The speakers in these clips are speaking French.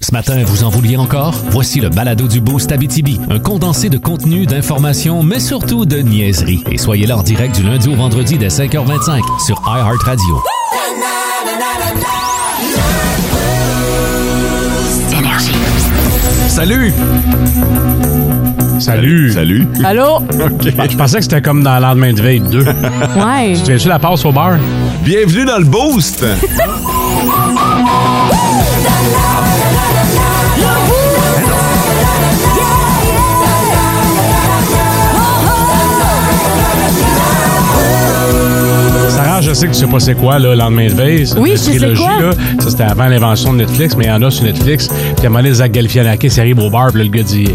Ce matin, vous en vouliez encore? Voici le balado du Boost Abitibi, un condensé de contenu, d'informations, mais surtout de niaiseries. Et soyez là en direct du lundi au vendredi dès 5h25 sur iHeartRadio. Salut! Salut! Salut. Allô? Bah, Je pensais que c'était comme dans le lendemain de veille 2. Ouais. tu viens-tu la passe au bar? Bienvenue dans le boost. Sarah, je sais que tu sais pas c'est quoi, là, le lendemain de veille. c'est Oui, une je sais trilogie, quoi. là. Ça, c'était avant l'invention de Netflix, mais il y en a sur Netflix. Puis à un moment donné, Zach Galifianakis arrive au bar, puis là, le gars dit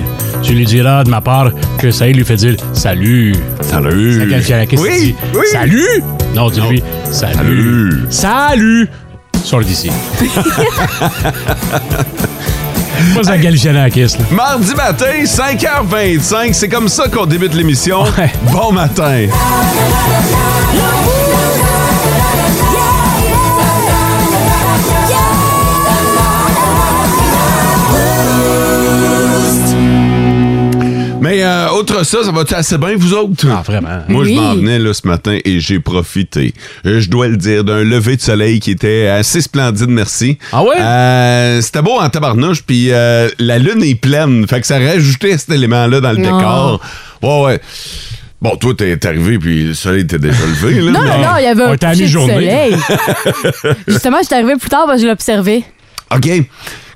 Tu lui diras de ma part que ça, il lui fait dire Salut. Salut. Zach Galifianakis Oui, dit oui. Salut. Non, dis-lui Salut. Salut. Salut. Sors d'ici. Pas Zach Galifianakis, là. Mardi matin, 5h25, c'est comme ça qu'on débute l'émission. Ouais. Bon matin. Mais euh, autre ça, ça va-tu assez bien, vous autres? Ah, vraiment. Moi, je Oui. m'en venais là, ce matin et j'ai profité. Euh, Je dois le dire, d'un lever de soleil qui était assez splendide, merci. Ah ouais? Euh, c'était beau en tabarnouche, puis euh, la lune est pleine. Fait que ça rajoutait cet élément-là dans le décor. Ouais, ouais. Bon, toi, t'es t'es arrivé, puis le soleil était déjà levé. Là, Non, non, mais- non, il y avait On un était à coucher de mi-journée. soleil. Justement, j'étais arrivée plus tard parce que je l'observais. OK.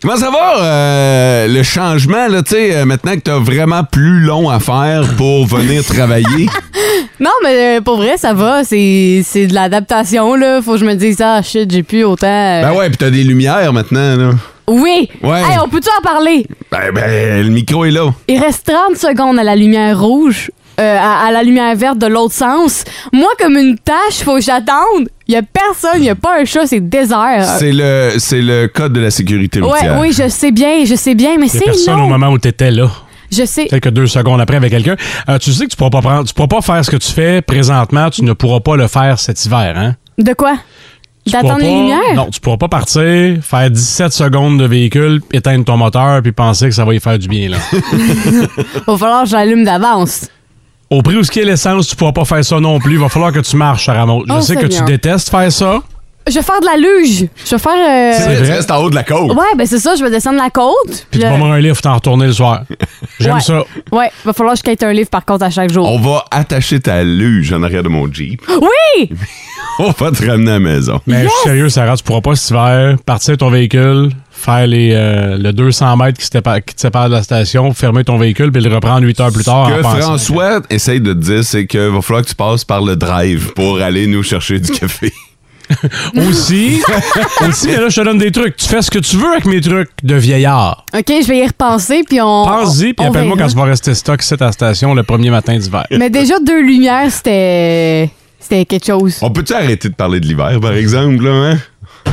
Comment ça va, euh, le changement, là, tu sais, euh, maintenant que t'as vraiment plus long à faire pour venir travailler? Non, mais euh, pour vrai, ça va. C'est c'est de l'adaptation, là. Faut que je me dise, ah, shit, j'ai plus autant. euh, ben ouais, puis t'as des lumières maintenant, là. Oui! Ouais. Hey, on peut-tu en parler? Ben, ben, le micro est là. Il reste 30 secondes à la lumière rouge, euh, à, à la lumière verte de l'autre sens. Moi, comme une tâche, faut que j'attende. Il y a personne, il y a pas un chat, c'est désert. C'est le, c'est le code de la sécurité Euh, Ouais, routière. oui, je sais bien, je sais bien, mais Il y a c'est personne au long. moment où t'étais là. Je sais. quelques deux secondes après avec quelqu'un. Euh, tu sais que tu pourras pas prendre, tu pourras pas faire ce que tu fais présentement, tu ne pourras pas le faire cet hiver, hein? De quoi? Tu pourras D'attendre les pas- lumières? Non, tu pourras pas partir, faire 17 secondes de véhicule, éteindre ton moteur, puis penser que ça va y faire du bien, là. Va falloir que j'allume d'avance. Au prix où ce qui est l'essence, tu pourras pas faire ça non plus. Il va falloir que tu marches, Sarah Maud. Je Oh, sais que tu Seigneur. détestes faire ça. Je vais faire de la luge. Je vais faire. euh, C'est vrai. vrai, c'est en haut de la côte. Ouais, ben c'est ça, je vais descendre la côte. Puis tu vas je- prendre un livre, t'en retourner le soir. J'aime Ouais. ça. Ouais, va falloir que je quitte un livre par contre à chaque jour. On va attacher ta luge en arrière de mon Jeep. Oh. Oui! On va te ramener à la maison. Mais je suis sérieux, Sarah, tu pourras pas cet hiver partir ton véhicule, faire les, euh, le 200 mètres qui, se tépa- qui te sépare de la station, fermer ton véhicule, puis le reprendre 8 heures plus tard. en que pensant- François essaye de te dire, c'est qu'il va falloir que tu passes par le drive pour aller nous chercher du café. Aussi, aussi, mais là, je te donne des trucs. Tu fais ce que tu veux avec mes trucs de vieillard. Ok, je vais y repenser, puis on. Pense-y, puis on appelle-moi quand verra. tu vas rester stock ici à la station le premier matin d'hiver. Mais déjà, deux lumières, c'était. C'était quelque chose. Oh. On peut-tu arrêter de parler de l'hiver, par exemple, là, hein?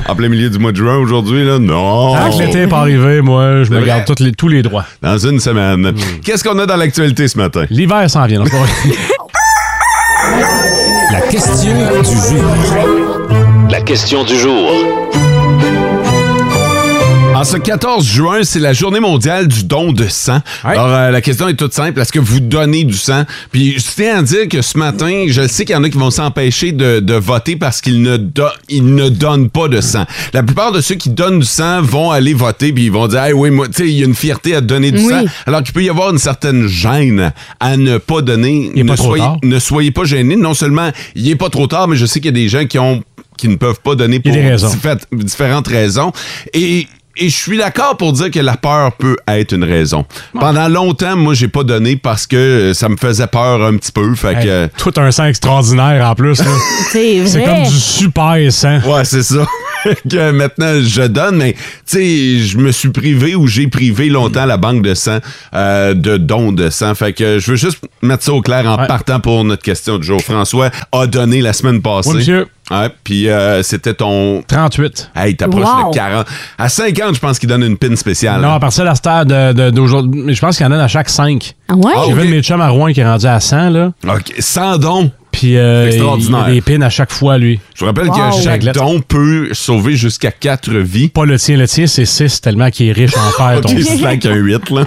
En plein milieu du mois de juin aujourd'hui, là? Non! Tant que Ah, l'été n'est pas arrivé, moi, je me vrai. garde toutes les- tous les droits. Dans une semaine. Qu'est-ce qu'on a dans l'actualité ce matin? L'hiver s'en vient. non, c'est pas vrai. La question du jour. La question du jour. En ce 14 juin, c'est la journée mondiale du don de sang. Ouais. Alors, euh, la question est toute simple. Est-ce que vous donnez du sang? Puis, je tiens à dire que ce matin, je le sais qu'il y en a qui vont s'empêcher de, de voter parce qu'ils ne, don- ils ne donnent pas de sang. La plupart de ceux qui donnent du sang vont aller voter puis ils vont dire, hey, oui, moi, tu sais, il y a une fierté à donner du Oui. sang. Alors qu'il peut y avoir une certaine gêne à ne pas donner. Il est ne pas trop soyez, tard. Ne soyez pas gênés. Non seulement il n'est pas trop tard, mais je sais qu'il y a des gens qui ont qui ne peuvent pas donner Il pour y a des raisons. diffé- différentes raisons. Et, et je suis d'accord pour dire que la peur peut être une raison. Pendant longtemps, moi, j'ai pas donné parce que euh, ça me faisait peur un petit peu. Fait Hey, que. euh, Tout un sang extraordinaire en plus. là. C'est C'est comme vrai. du super sang. Ouais, c'est ça. que maintenant je donne, mais tu sais, je me suis privé ou j'ai privé longtemps la banque de sang euh, de dons de sang. Fait que je veux juste mettre ça au clair en Ouais. partant pour notre question du jour. François a donné la semaine passée. Oui, monsieur. Ouais, puis euh, c'était ton 38. Hey, t'approches Wow. de 40. À 50, je pense qu'il donne une pin spéciale. Non, à partir de la stade de- de- d'aujourd'hui, mais je pense qu'il y en a à chaque 5. Ah ouais? Oh. J'ai vu un ok. de mes chums à Rouen qui est rendu à 100, là. OK. Sans don. Puis Puis euh, C'est il- il extraordinaire. a des pins à chaque fois, lui. Je vous rappelle Wow. que chaque Chaque don peut sauver jusqu'à quatre vies. Pas le tien, le tien, c'est 6 tellement qu'il est riche en fer. Ok, ton- c'est cinq à 8, là.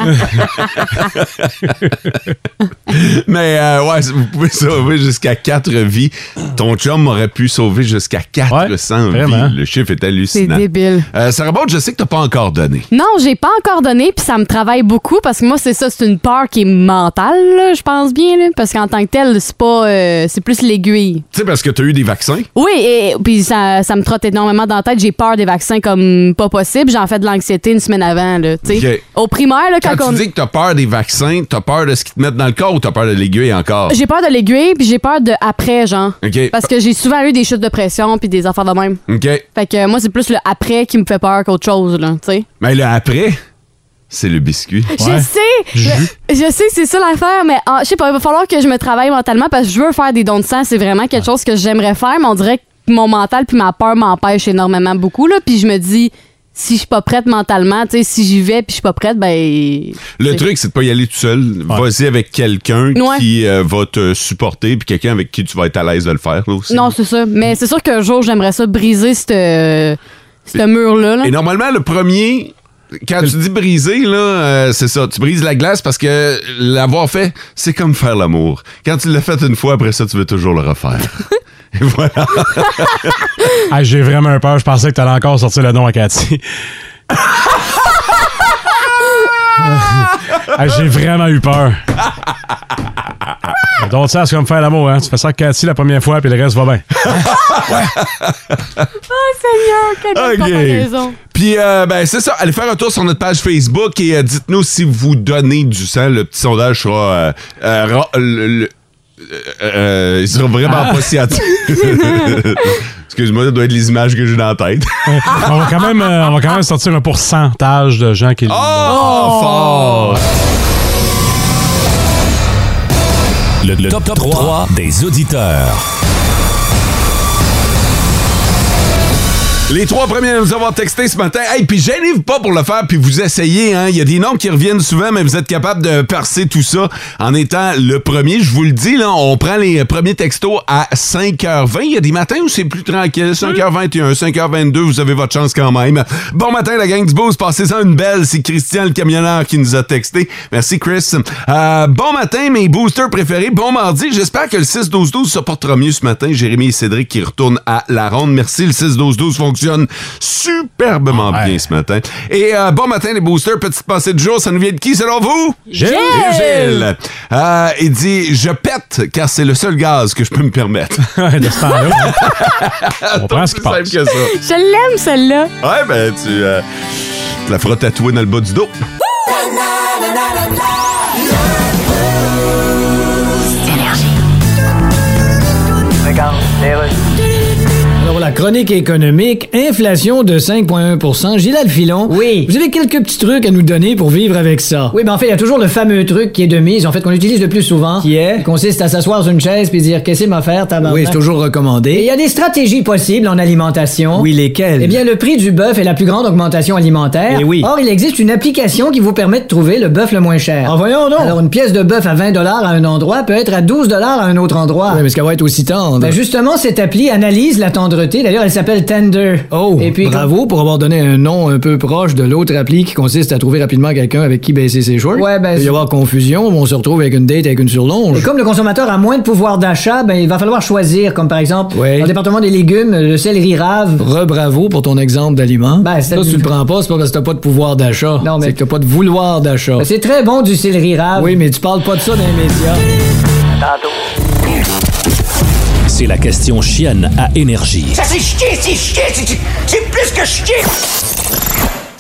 Mais euh, ouais, vous pouvez sauver jusqu'à 4 vies. Ton chum aurait pu sauver jusqu'à 400 Ouais, vraiment. vies. Le chiffre est C'est hallucinant. débile. Euh, Sarah Baud, je sais que t'as pas encore donné. Non, j'ai pas encore donné, puis ça me travaille beaucoup parce que moi, c'est ça, c'est une peur qui est mentale, là, je pense bien, là, parce qu'en tant que telle, c'est pas, euh, c'est plus l'aiguille. Tu sais, parce que t'as eu des vaccins. Oui, et puis ça, ça me trotte énormément dans la tête. J'ai peur des vaccins comme pas possible. J'en fais de l'anxiété une semaine avant, là, tu sais. Ok. Au primaire, là, Quand quand, on... tu dis que t'as peur des vaccins, t'as peur de ce qu'ils te mettent dans le corps ou t'as peur de l'aiguille encore? J'ai peur de l'aiguille, puis j'ai peur de après, genre. Ok. Parce que j'ai souvent eu des chutes de pression, puis des affaires de même. OK. Fait que euh, moi, c'est plus le après qui me fait peur qu'autre chose, là, tu sais. Mais le après, c'est le biscuit. Ouais. Je sais, je, je sais que c'est ça l'affaire, mais ah, je sais pas, il va falloir que je me travaille mentalement parce que je veux faire des dons de sang. C'est vraiment quelque chose que j'aimerais faire, mais on dirait que mon mental puis ma peur m'empêche énormément beaucoup, là. Puis je me dis, si je suis pas prête mentalement, tu sais, si j'y vais puis je suis pas prête, ben. Le C'est- truc, c'est de pas y aller tout seul. Ouais. Vas-y avec quelqu'un Ouais. qui euh, va te supporter, puis quelqu'un avec qui tu vas être à l'aise de le faire. là, aussi. Non, c'est ça. Mais c'est sûr qu'un jour, j'aimerais ça briser ce mur-là. là. Et normalement, le premier, quand tu dis briser, là, euh, c'est ça. Tu brises la glace parce que l'avoir fait, c'est comme faire l'amour. Quand tu l'as fait une fois, après ça, tu veux toujours le refaire. Et voilà. Ah, J'ai vraiment peur. Je pensais que t'allais encore sortir le nom à Cathy. Ah, J'ai vraiment eu peur. Donc ça, c'est comme faire l'amour, hein? Tu fais ça à Cathy la première fois, puis le reste va bien. Seigneur, quelle belle comparaison. Puis, euh, ben, c'est ça. Allez faire un tour sur notre page Facebook et euh, dites-nous si vous donnez du sang. Le petit sondage sera. euh, euh, ra- le- le- euh, euh, il sera vraiment pas si hâtif. Excuse-moi, ça doit être les images que j'ai dans la tête. on, va quand même, euh, on va quand même sortir un pourcentage de gens qui... oh! fort! Le, le top, 3, des auditeurs. Les trois premiers à nous avoir texté ce matin. Hey, puis gênez-vous pas pour le faire, puis vous essayez. hein. Il y a des noms qui reviennent souvent, mais vous êtes capable de percer tout ça en étant le premier. Je vous le dis, là, on prend les premiers textos à 5h20. Il y a des matins où c'est plus tranquille. 5h21, 5h22, vous avez votre chance quand même. Bon matin, la gang du Bose. Passez-en une belle. C'est Christian, le camionneur, qui nous a texté. Merci, Chris. Euh, bon matin, mes boosters préférés. Bon mardi. J'espère que le 6-12-12 se portera mieux ce matin. Jérémy et Cédric qui retournent à la ronde. Merci. Le 6-12-12 fonctionne superbement Ouais. bien ce matin. Et euh, bon matin, les boosters. Petite pensée du jour. Ça nous vient de qui, selon vous? Gilles! Gilles! Euh, il dit Je pète car c'est le seul gaz que je peux me permettre. de ce temps-là. On comprend ce qui C'est simple passe. que ça. Je l'aime, celle-là. Ouais, ben, tu, euh, tu la feras tatouer dans le bas du dos. Alors, la chronique économique, inflation de 5,1 Gilal Filon. Oui. Vous avez quelques petits trucs à nous donner pour vivre avec ça. Oui, ben en fait, il y a toujours le fameux truc qui est de mise, en fait, qu'on utilise le plus souvent. Qui est? consiste à s'asseoir sur une chaise puis dire Qu'est-ce que m'a faire, ta Oui, c'est toujours Et il recommandé. y a des stratégies possibles en alimentation. Oui, lesquels? Eh bien, le prix du bœuf est la plus grande augmentation alimentaire. Eh oui. Or, il existe une application qui vous permet de trouver le bœuf le moins cher. Ah, voyons donc. Alors, une pièce de bœuf à 20 à un endroit peut être à 12 à un autre endroit. Oui, mais ce qu'elle va être aussi tendre. Ben justement, cette appli analyse la tendreté. D'ailleurs, elle s'appelle Tender. Oh, Et puis, bravo pour avoir donné un nom un peu proche de l'autre appli qui consiste à trouver rapidement quelqu'un avec qui baisser ses shorts. Ouais, ben, Il peut y c'est- avoir confusion, on se retrouve avec une date avec une Et surlonge. comme le consommateur a moins de pouvoir d'achat, ben, il va falloir choisir, comme par exemple, Ouais. dans le département des légumes, le céleri rave. Re-bravo pour ton exemple d'aliment. Ben, c'est- ça, si tu le prends pas, c'est pas parce que t'as pas de pouvoir d'achat. Non, mais- C'est que t'as pas de vouloir d'achat. Ben, C'est très bon du céleri rave. Oui, mais tu parles pas de ça dans les médias. C'est la question chienne à énergie. Ça c'est chier, c'est chier, c'est chier, c'est plus que chier.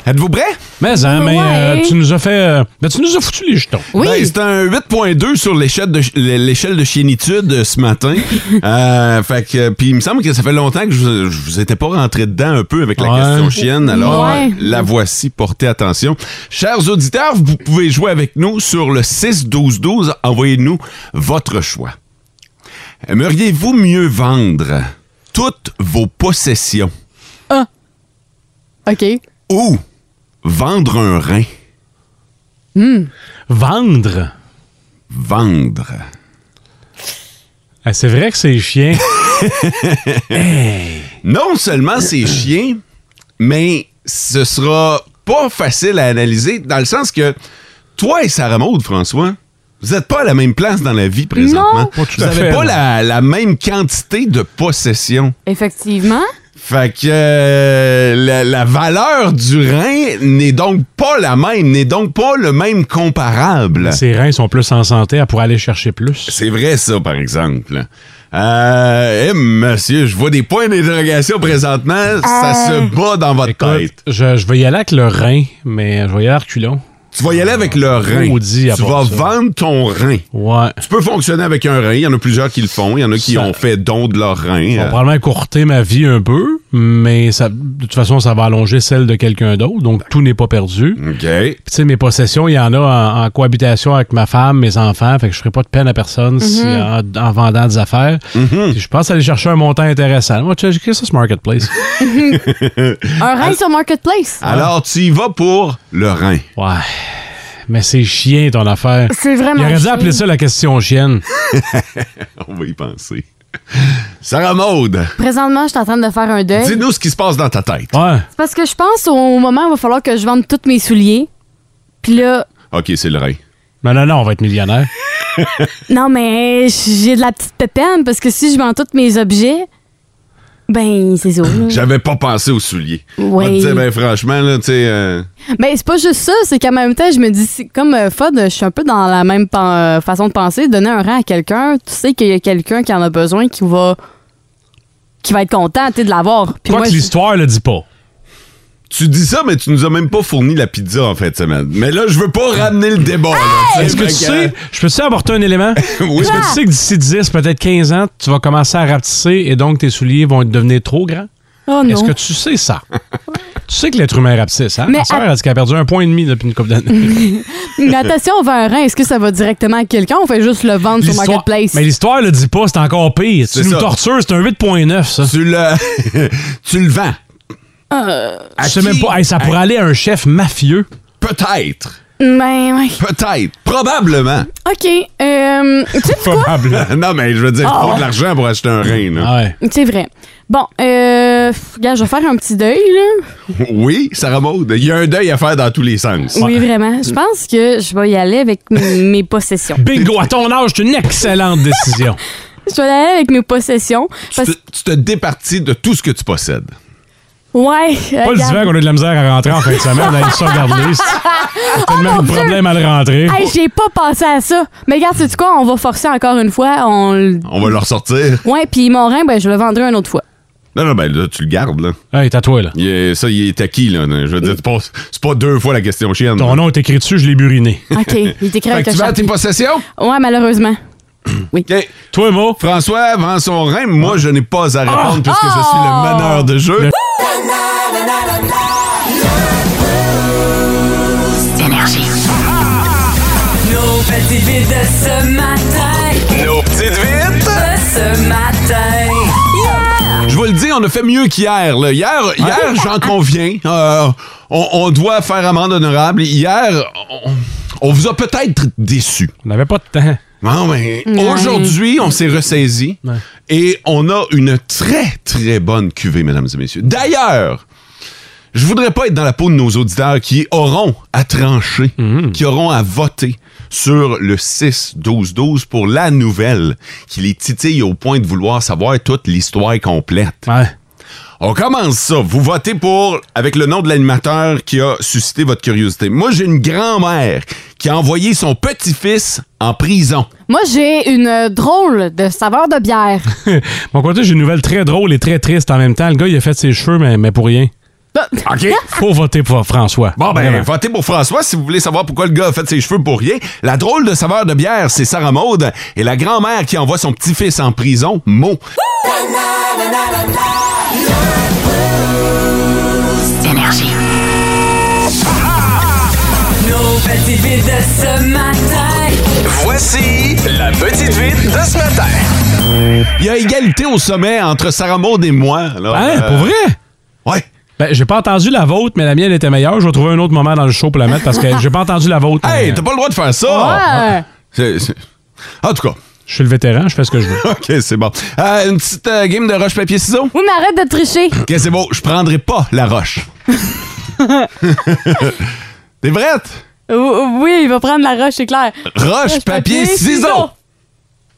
Êtes-vous prêts? Mais, hein, mais euh, Ouais. tu nous as fait... euh, ben, tu nous as foutu les jetons. Oui. Ben, c'est un 8.2 sur l'échelle de, l'échelle de chiénitude euh, ce matin. euh, fait que, puis il me semble que ça fait longtemps que je, vous- je vous étais pas rentré dedans un peu avec la Ouais. question chienne. Alors, Ouais. euh, la voici. Portez attention. Chers auditeurs, vous pouvez jouer avec nous sur le 6-12-12. Envoyez-nous votre choix. Aimeriez-vous mieux vendre toutes vos possessions OK. ou vendre un rein? Vendre? Vendre. Ah, c'est vrai que c'est chiant. Non seulement c'est chiant, mais ce sera pas facile à analyser dans le sens que toi et Sarah Maud, François, vous n'êtes pas à la même place dans la vie présentement. Pas tout vous à n'avez fait, pas non. la, la même quantité de possession. Effectivement. Fait que euh, la, la valeur du rein n'est donc pas la même, n'est donc pas le même comparable. Ses reins sont plus en santé, elle pourrait aller chercher plus. C'est vrai, ça, par exemple. Euh, eh, monsieur, je vois des points d'interrogation présentement. Ça se bat dans votre tête. Euh, Écoute, je, je vais y aller avec le rein, mais je vais y aller à reculons. Tu vas y aller avec le rein. Maudit à tu vas part ça. vendre ton rein. Ouais. Tu peux fonctionner avec un rein. Il y en a plusieurs qui le font. Il y en a qui Ça- ont fait don de leur rein. Ça va Euh, probablement courter ma vie un peu, mais ça, de toute façon, ça va allonger celle de quelqu'un d'autre, donc tout n'est pas perdu. Mm. Puis, OK. tu sais, mes possessions, il y en a en, en cohabitation avec ma femme, mes enfants, fait que je ferai pas de peine à personne si, en, en vendant des affaires. Puis Je pense aller chercher un montant intéressant. Moi, tu sais, j'ai créé ça sur Marketplace. Un Euh, rein sur Marketplace. Alors, tu y vas pour le rein. ouais. Mais c'est chien, ton affaire. C'est Il vraiment. aurait dû chiant. appeler ça la question chienne. On va y penser. Sarah Maude, Présentement, je suis en train de faire un deuil. C'est dis-nous ce qui se passe dans ta tête. Ouais. parce que je pense au moment où il va falloir que je vende tous mes souliers. Puis là, OK, c'est le rein. Non, non, non, on va être millionnaire. non, mais j'ai de la petite pépine parce que si je vends tous mes objets, ben, c'est ça. là. J'avais pas pensé aux souliers. On Oui. va te dire, ben, franchement, là, tu sais... euh, Mais Ben, c'est pas juste ça, c'est qu'en même temps, je me dis, c'est comme euh, Fod, je suis un peu dans la même pen- euh, façon de penser. Donner un rang à quelqu'un, tu sais qu'il y a quelqu'un qui en a besoin qui va qui va être content tu sais, de l'avoir. Puis Quoi moi, que je- l'histoire le dit pas. Tu dis ça, mais tu nous as même pas fourni la pizza en fin de semaine. Mais là, je veux pas ramener le débat. là, tu sais, Est-ce que fait tu sais, je peux-tu apporter un élément? Oui. Est-ce que tu sais que d'ici 10, peut-être 15 ans, tu vas commencer à rapetisser et donc tes souliers vont devenir trop grands? Oh non. Est-ce que tu sais ça? tu sais que l'être humain rapetisse, hein? Mais Ma soeur à- a dit qu'elle a perdu un point et demi depuis une couple d'années. Mais attention, on vend un rein, est-ce que ça va directement à quelqu'un ou on fait juste le vendre sur L'histoire- Marketplace? Mais l'histoire le dit pas, c'est encore pire. C'est Tu nous ça. tortures, c'est un 8.9, ça. Tu le... tu le vends. À Je sais qui? même pas. Hey, ça pourrait aller à un chef mafieux. Peut-être. Ben, ouais. Peut-être. Probablement. OK. Euh, tu sais quoi? Probable. non, mais je veux dire, il faut de l'argent pour acheter un rein. là. Ouais. C'est vrai. Bon, euh, pff, regarde, je vais faire un petit deuil, là. Ah. Oui, Sarah Maud, il y a un deuil à faire dans tous les sens. Oui, vraiment. Mm. Je pense que je vais y aller avec mes mes possessions. Bingo, à ton âge, c'est une excellente décision. Je vais y aller avec mes possessions. Tu Parce te, tu te départis de tout ce que tu possèdes. Ouais. Pas le regarde. divan qu'on a de la misère à rentrer en fin de semaine. Hey, ça, regarde-les. c'est- T'as tellement de Oh Dieu! problème à le rentrer. Hey, j'ai pas pensé à ça. Mais regarde, c'est quoi? On va forcer encore une fois. On... le- On va le ressortir. Ouais, puis mon rein, ben, je le vendrai une autre fois. Non, non, ben là, tu le gardes, là. Hey, t'as toi, là. Il est- ça, il est acquis, là. Je veux dire, c'est pas, c'est pas deux fois la question chienne. Ton nom est écrit dessus, je l'ai buriné. OK. Il est écrit Fait avec que un tu vends tes chapeau. possessions? Ouais, malheureusement. OK. Toi, Mo, François vend son rein. Moi, je n'ai pas à répondre puisque je suis le meneur de jeu. Ah. Le- Nos petites vites de ce matin, Nos petites vites! de ce matin. Je vous le dis, on a fait mieux qu'hier. là. Hier, hier j'en conviens, euh, on, on doit faire amende honorable. Hier, on, on vous a peut-être déçus. on n'avait pas de temps. Non, mais aujourd'hui, on s'est ressaisi et on a une très, très bonne cuvée, mesdames et messieurs. D'ailleurs, je voudrais pas être dans la peau de nos auditeurs qui auront à trancher, qui auront à voter sur le 6-12-12 pour la nouvelle qui les titille au point de vouloir savoir toute l'histoire complète. Ouais. On commence ça. Vous votez pour, avec le nom de l'animateur qui a suscité votre curiosité. Moi, j'ai une grand-mère qui a envoyé son petit-fils en prison. Moi, j'ai une euh, drôle de saveur de bière. Mon côté, j'ai une nouvelle très drôle et très triste en même temps. Le gars, il a fait ses cheveux, mais, mais pour rien. OK? Faut voter pour François. Bon, ben, Vraiment. votez pour François si vous voulez savoir pourquoi le gars a fait ses cheveux pour rien. La drôle de saveur de bière, c'est Sarah Maude et la grand-mère qui envoie son petit-fils en prison, Mo. Nos petites vites de ce matin, Voici la petite vite de ce matin. Il y a égalité au sommet entre Sarah Maude et moi. alors, Hein, euh, pour vrai? Ouais. Ben, j'ai pas entendu la vôtre, mais la mienne était meilleure. Je vais trouver un autre moment dans le show pour la mettre parce que j'ai pas entendu la vôtre. Hey, mais- Ah. t'as pas le droit de faire ça! Ouais. C'est- c'est- En tout cas, euh, Je suis le vétéran, je fais ce que je veux. OK, c'est bon. Euh, une petite euh, game de roche-papier-ciseaux? Oui, mais arrête de tricher. OK, c'est beau. Je prendrai pas la roche. T'es prête? Ou- Oui, il va prendre la roche, c'est clair. Roche, papier, ciseaux!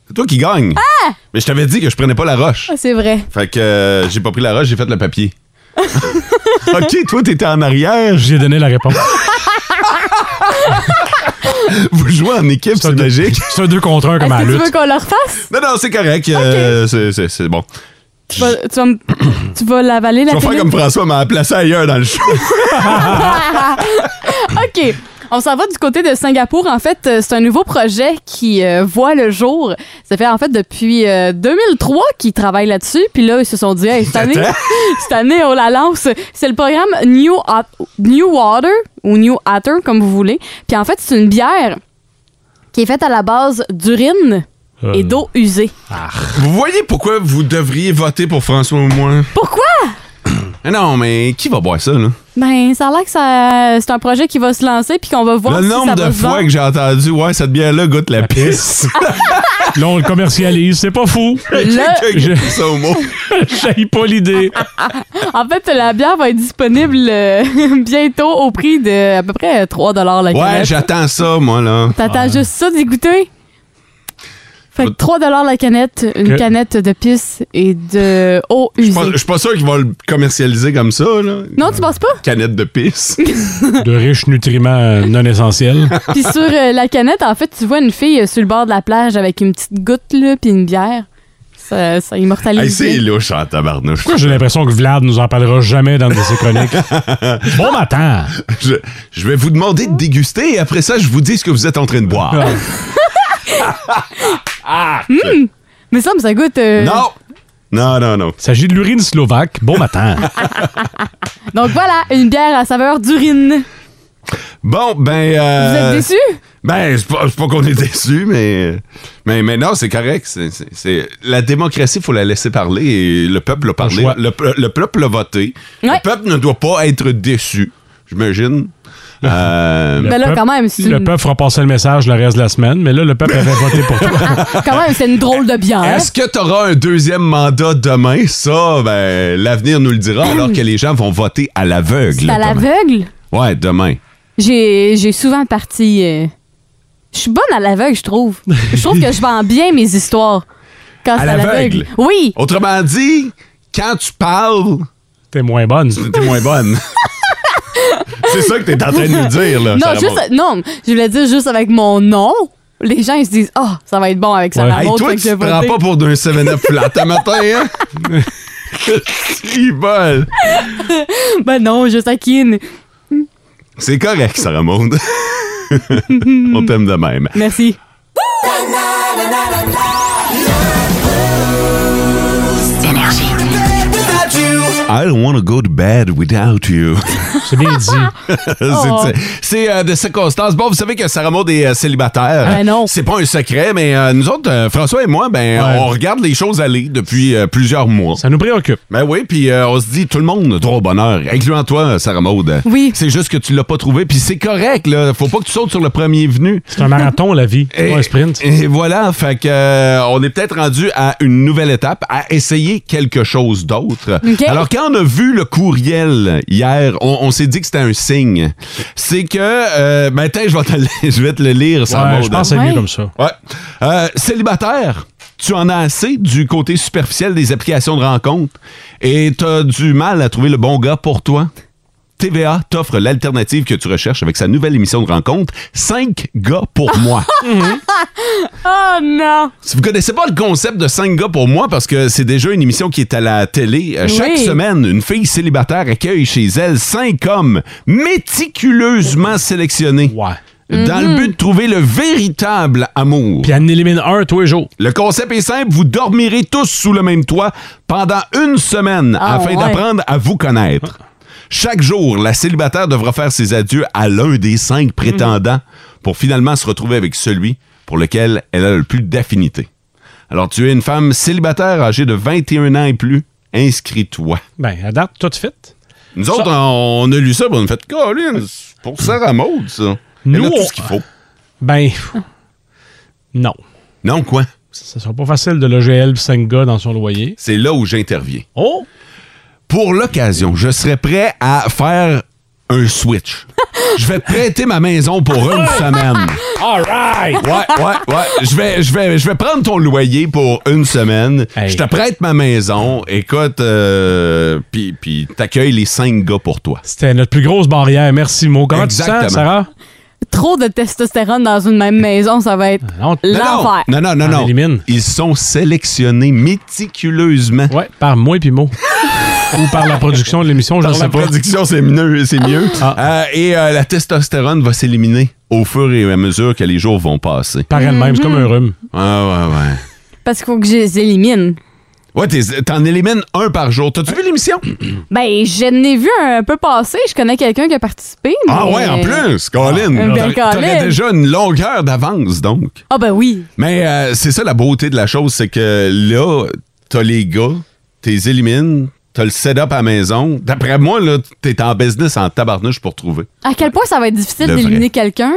C'est toi qui gagne. Ah! Mais je t'avais dit que je prenais pas la roche. Ah, c'est vrai. Fait que euh, j'ai pas pris la roche, j'ai fait le papier. OK, toi, t'étais en arrière. J'ai donné la réponse. Vous jouez en équipe, un c'est deux- logique. C'est un 2 contre 1 Est-ce comme à la que tu veux lutte. qu'on le refasse? Non, non, c'est correct. euh, c'est- c'est- c'est bon. Tu vas, tu vas, me- tu vas l'avaler, la Je vais faire pilule? comme François m'a placé ailleurs dans le show. OK. On s'en va du côté de Singapour. En fait, euh, c'est un nouveau projet qui euh, voit le jour. Ça fait en fait depuis euh, 2003 qu'ils travaillent là-dessus. Puis là, ils se sont dit, hey, cette année, cette année, on la lance. C'est le programme New, Hot- New Water ou New Hatter, comme vous voulez. Puis en fait, c'est une bière qui est faite à la base d'urine et Euh. d'eau usée. Vous voyez pourquoi vous devriez voter pour François au moins? Pourquoi? Ah Non, mais qui va boire ça, là? Ben, ça a l'air que ça- c'est un projet qui va se lancer puis qu'on va voir le si ça nombre va de se fois vendre. que j'ai entendu, ouais, cette bière-là goûte la pisse. Là, on le commercialise. C'est pas fou. Là, J'ai ça au mot. J'aille pas l'idée. En fait, la bière va être disponible euh, bientôt au prix de à peu près 3 la Ouais, canette. j'attends ça, moi, là. T'attends juste ça d'y goûter? Fait que 3 la canette, une Ok. canette de pisse et de eau Je usée. pense- je suis pas sûr qu'ils vont le commercialiser comme ça, là. Non, tu penses pas? Canette de pisse. De riches nutriments euh, non essentiels. Puis sur euh, la canette, en fait, tu vois une fille euh, sur le bord de la plage avec une petite goutte, là, puis une bière. Ça, ça hey, immortalise. c'est bien. louche en tabarnouche. Pourquoi j'ai l'impression que Vlad nous en parlera jamais dans une de ses chroniques? Bon matin! Je, je vais vous demander de déguster et après ça, je vous dis ce que vous êtes en train de boire. Ah. Mais ça, mais ça goûte. euh, Non! Non, non, non. Il s'agit de l'urine slovaque. Bon matin! Ah, Donc voilà, une bière à saveur d'urine. Bon, ben. Vous euh, êtes déçus? Ben, c'est pas, c'est pas qu'on est déçu, mais, mais, mais non, c'est correct. C'est- c'est- c'est- la démocratie, il faut la laisser parler et le peuple a parlé. choix. Le, pe- le peuple a voté. Ouais. Le peuple ne doit pas être déçu, j'imagine. Euh, Ben là, peuple- quand même, c'est Le une- peuple fera passer le message le reste de la semaine, mais là, le peuple avait voté pour toi. Quand même, c'est une drôle de bière. Est-ce que tu auras un deuxième mandat demain? Ça, ben, l'avenir nous le dira, alors que les gens vont voter à l'aveugle. C'est à demain. l'aveugle? Ouais, demain. J'ai, j'ai souvent parti. euh, Je suis bonne à l'aveugle, je trouve. Je trouve que je vends bien mes histoires. Quand À c'est l'aveugle? Oh, Oui. Autrement dit, quand tu parles, T'es moins bonne. t'es moins bonne. c'est ça que t'es en train de nous dire, là. non, Sarah juste, Maud. non, je voulais dire juste avec mon nom. Les gens, ils se disent, ah, ça va être bon avec ça. Ouais. Hey, toi, tu te prends pas pour d'un 7-Up flat à matin, hein? Tribol. Ben non, je taquine. C'est correct, Sarah Maud. On t'aime de même. Merci. I don't want to go to bed without you. C'est bien dit. C'est- c'est- c'est euh, de circonstances. Bon, vous savez que Sarah Maud est euh, célibataire. Ah, non. C'est pas un secret, mais euh, nous autres, euh, François et moi, ben, Ouais. on regarde les choses aller depuis euh, plusieurs mois. Ça nous préoccupe. Ben oui, puis euh, on se dit, tout le monde a droit au bonheur, incluant toi, Sarah Maud. Oui. C'est juste que tu l'as pas trouvé, puis c'est correct, là. Faut pas que tu sautes sur le premier venu. C'est un marathon, la vie. C'est Et, pas un sprint. et voilà, fait que euh, on est peut-être rendu à une nouvelle étape, à essayer quelque chose d'autre. OK. Alors quand on a vu le courriel hier, on, on s'est dit que c'était un signe. C'est que euh, ben attends, je vais te le- je vais te le lire sans Ouais, mot je pense que c'est Ouais. mieux comme ça. Ouais. Euh, célibataire, tu en as assez du côté superficiel des applications de rencontre et t'as du mal à trouver le bon gars pour toi. TVA t'offre l'alternative que tu recherches avec sa nouvelle émission de rencontre 5 gars pour moi. Oh non. Si vous connaissez pas le concept de 5 gars pour moi, parce que c'est déjà une émission qui est à la télé, euh, chaque Oui. semaine, une fille célibataire accueille chez elle cinq hommes méticuleusement sélectionnés Ouais. dans le but de trouver le véritable amour. Puis elle en élimine un tous les jours. Le concept est simple, vous dormirez tous sous le même toit pendant une semaine Ah, afin ouais. d'apprendre à vous connaître. Chaque jour, la célibataire devra faire ses adieux à l'un des cinq Mhm. prétendants pour finalement se retrouver avec celui pour lequel elle a le plus d'affinité. Alors, tu es une femme célibataire âgée de 21 ans et plus, inscris-toi. Ben, à date, tout de suite. Nous autres, on a lu ça, ben, on a fait Colin, c'est pour Sarah Maud, ça. Elle a Nous, tout on- ce qu'il faut. Ben, non. Non, quoi? Ça sera pas facile de loger elle 5 gars dans son loyer. C'est là où j'interviens. Oh! Pour l'occasion, je serais prêt à faire un switch. Je vais prêter ma maison pour une semaine. All right! Ouais, ouais, ouais. Je vais, je vais, je vais prendre ton loyer pour une semaine. Hey. Je te prête ma maison. Écoute, euh, puis puis t'accueilles les cinq gars pour toi. C'était notre plus grosse barrière. Merci, Mo. Comment tu te Exactement. sens, Sarah? Trop de testostérone dans une même maison, ça va être Non, t- Non, non, l'enfer. non, non, non, On non. élimine. Ils sont sélectionnés méticuleusement. Ouais, par moi et puis Mo. Ou par la production de l'émission, je ne Par la sais pas. production, c'est mieux. C'est mieux. Ah. Euh, et euh, la testostérone va s'éliminer au fur et à mesure que les jours vont passer. Par elle-même, c'est comme un rhume. Ouais, ouais, ouais. Parce qu'il faut que je les élimine. Ouais, t'es- t'en élimines un par jour. T'as-tu vu l'émission? Ben, je n'ai vu un peu passer. Je connais quelqu'un qui a participé. Ah mais- ouais, en plus, Colin. Une T'a- belle T'aurais Colin. déjà une longueur d'avance, donc. Ah ben oui. Mais euh, c'est ça la beauté de la chose, c'est que là, t'as les gars, t'es élimines, t'as le setup à la maison. D'après moi, là, t'es en business en tabarnouche pour trouver. À quel point ça va être difficile Le vrai. d'éliminer quelqu'un?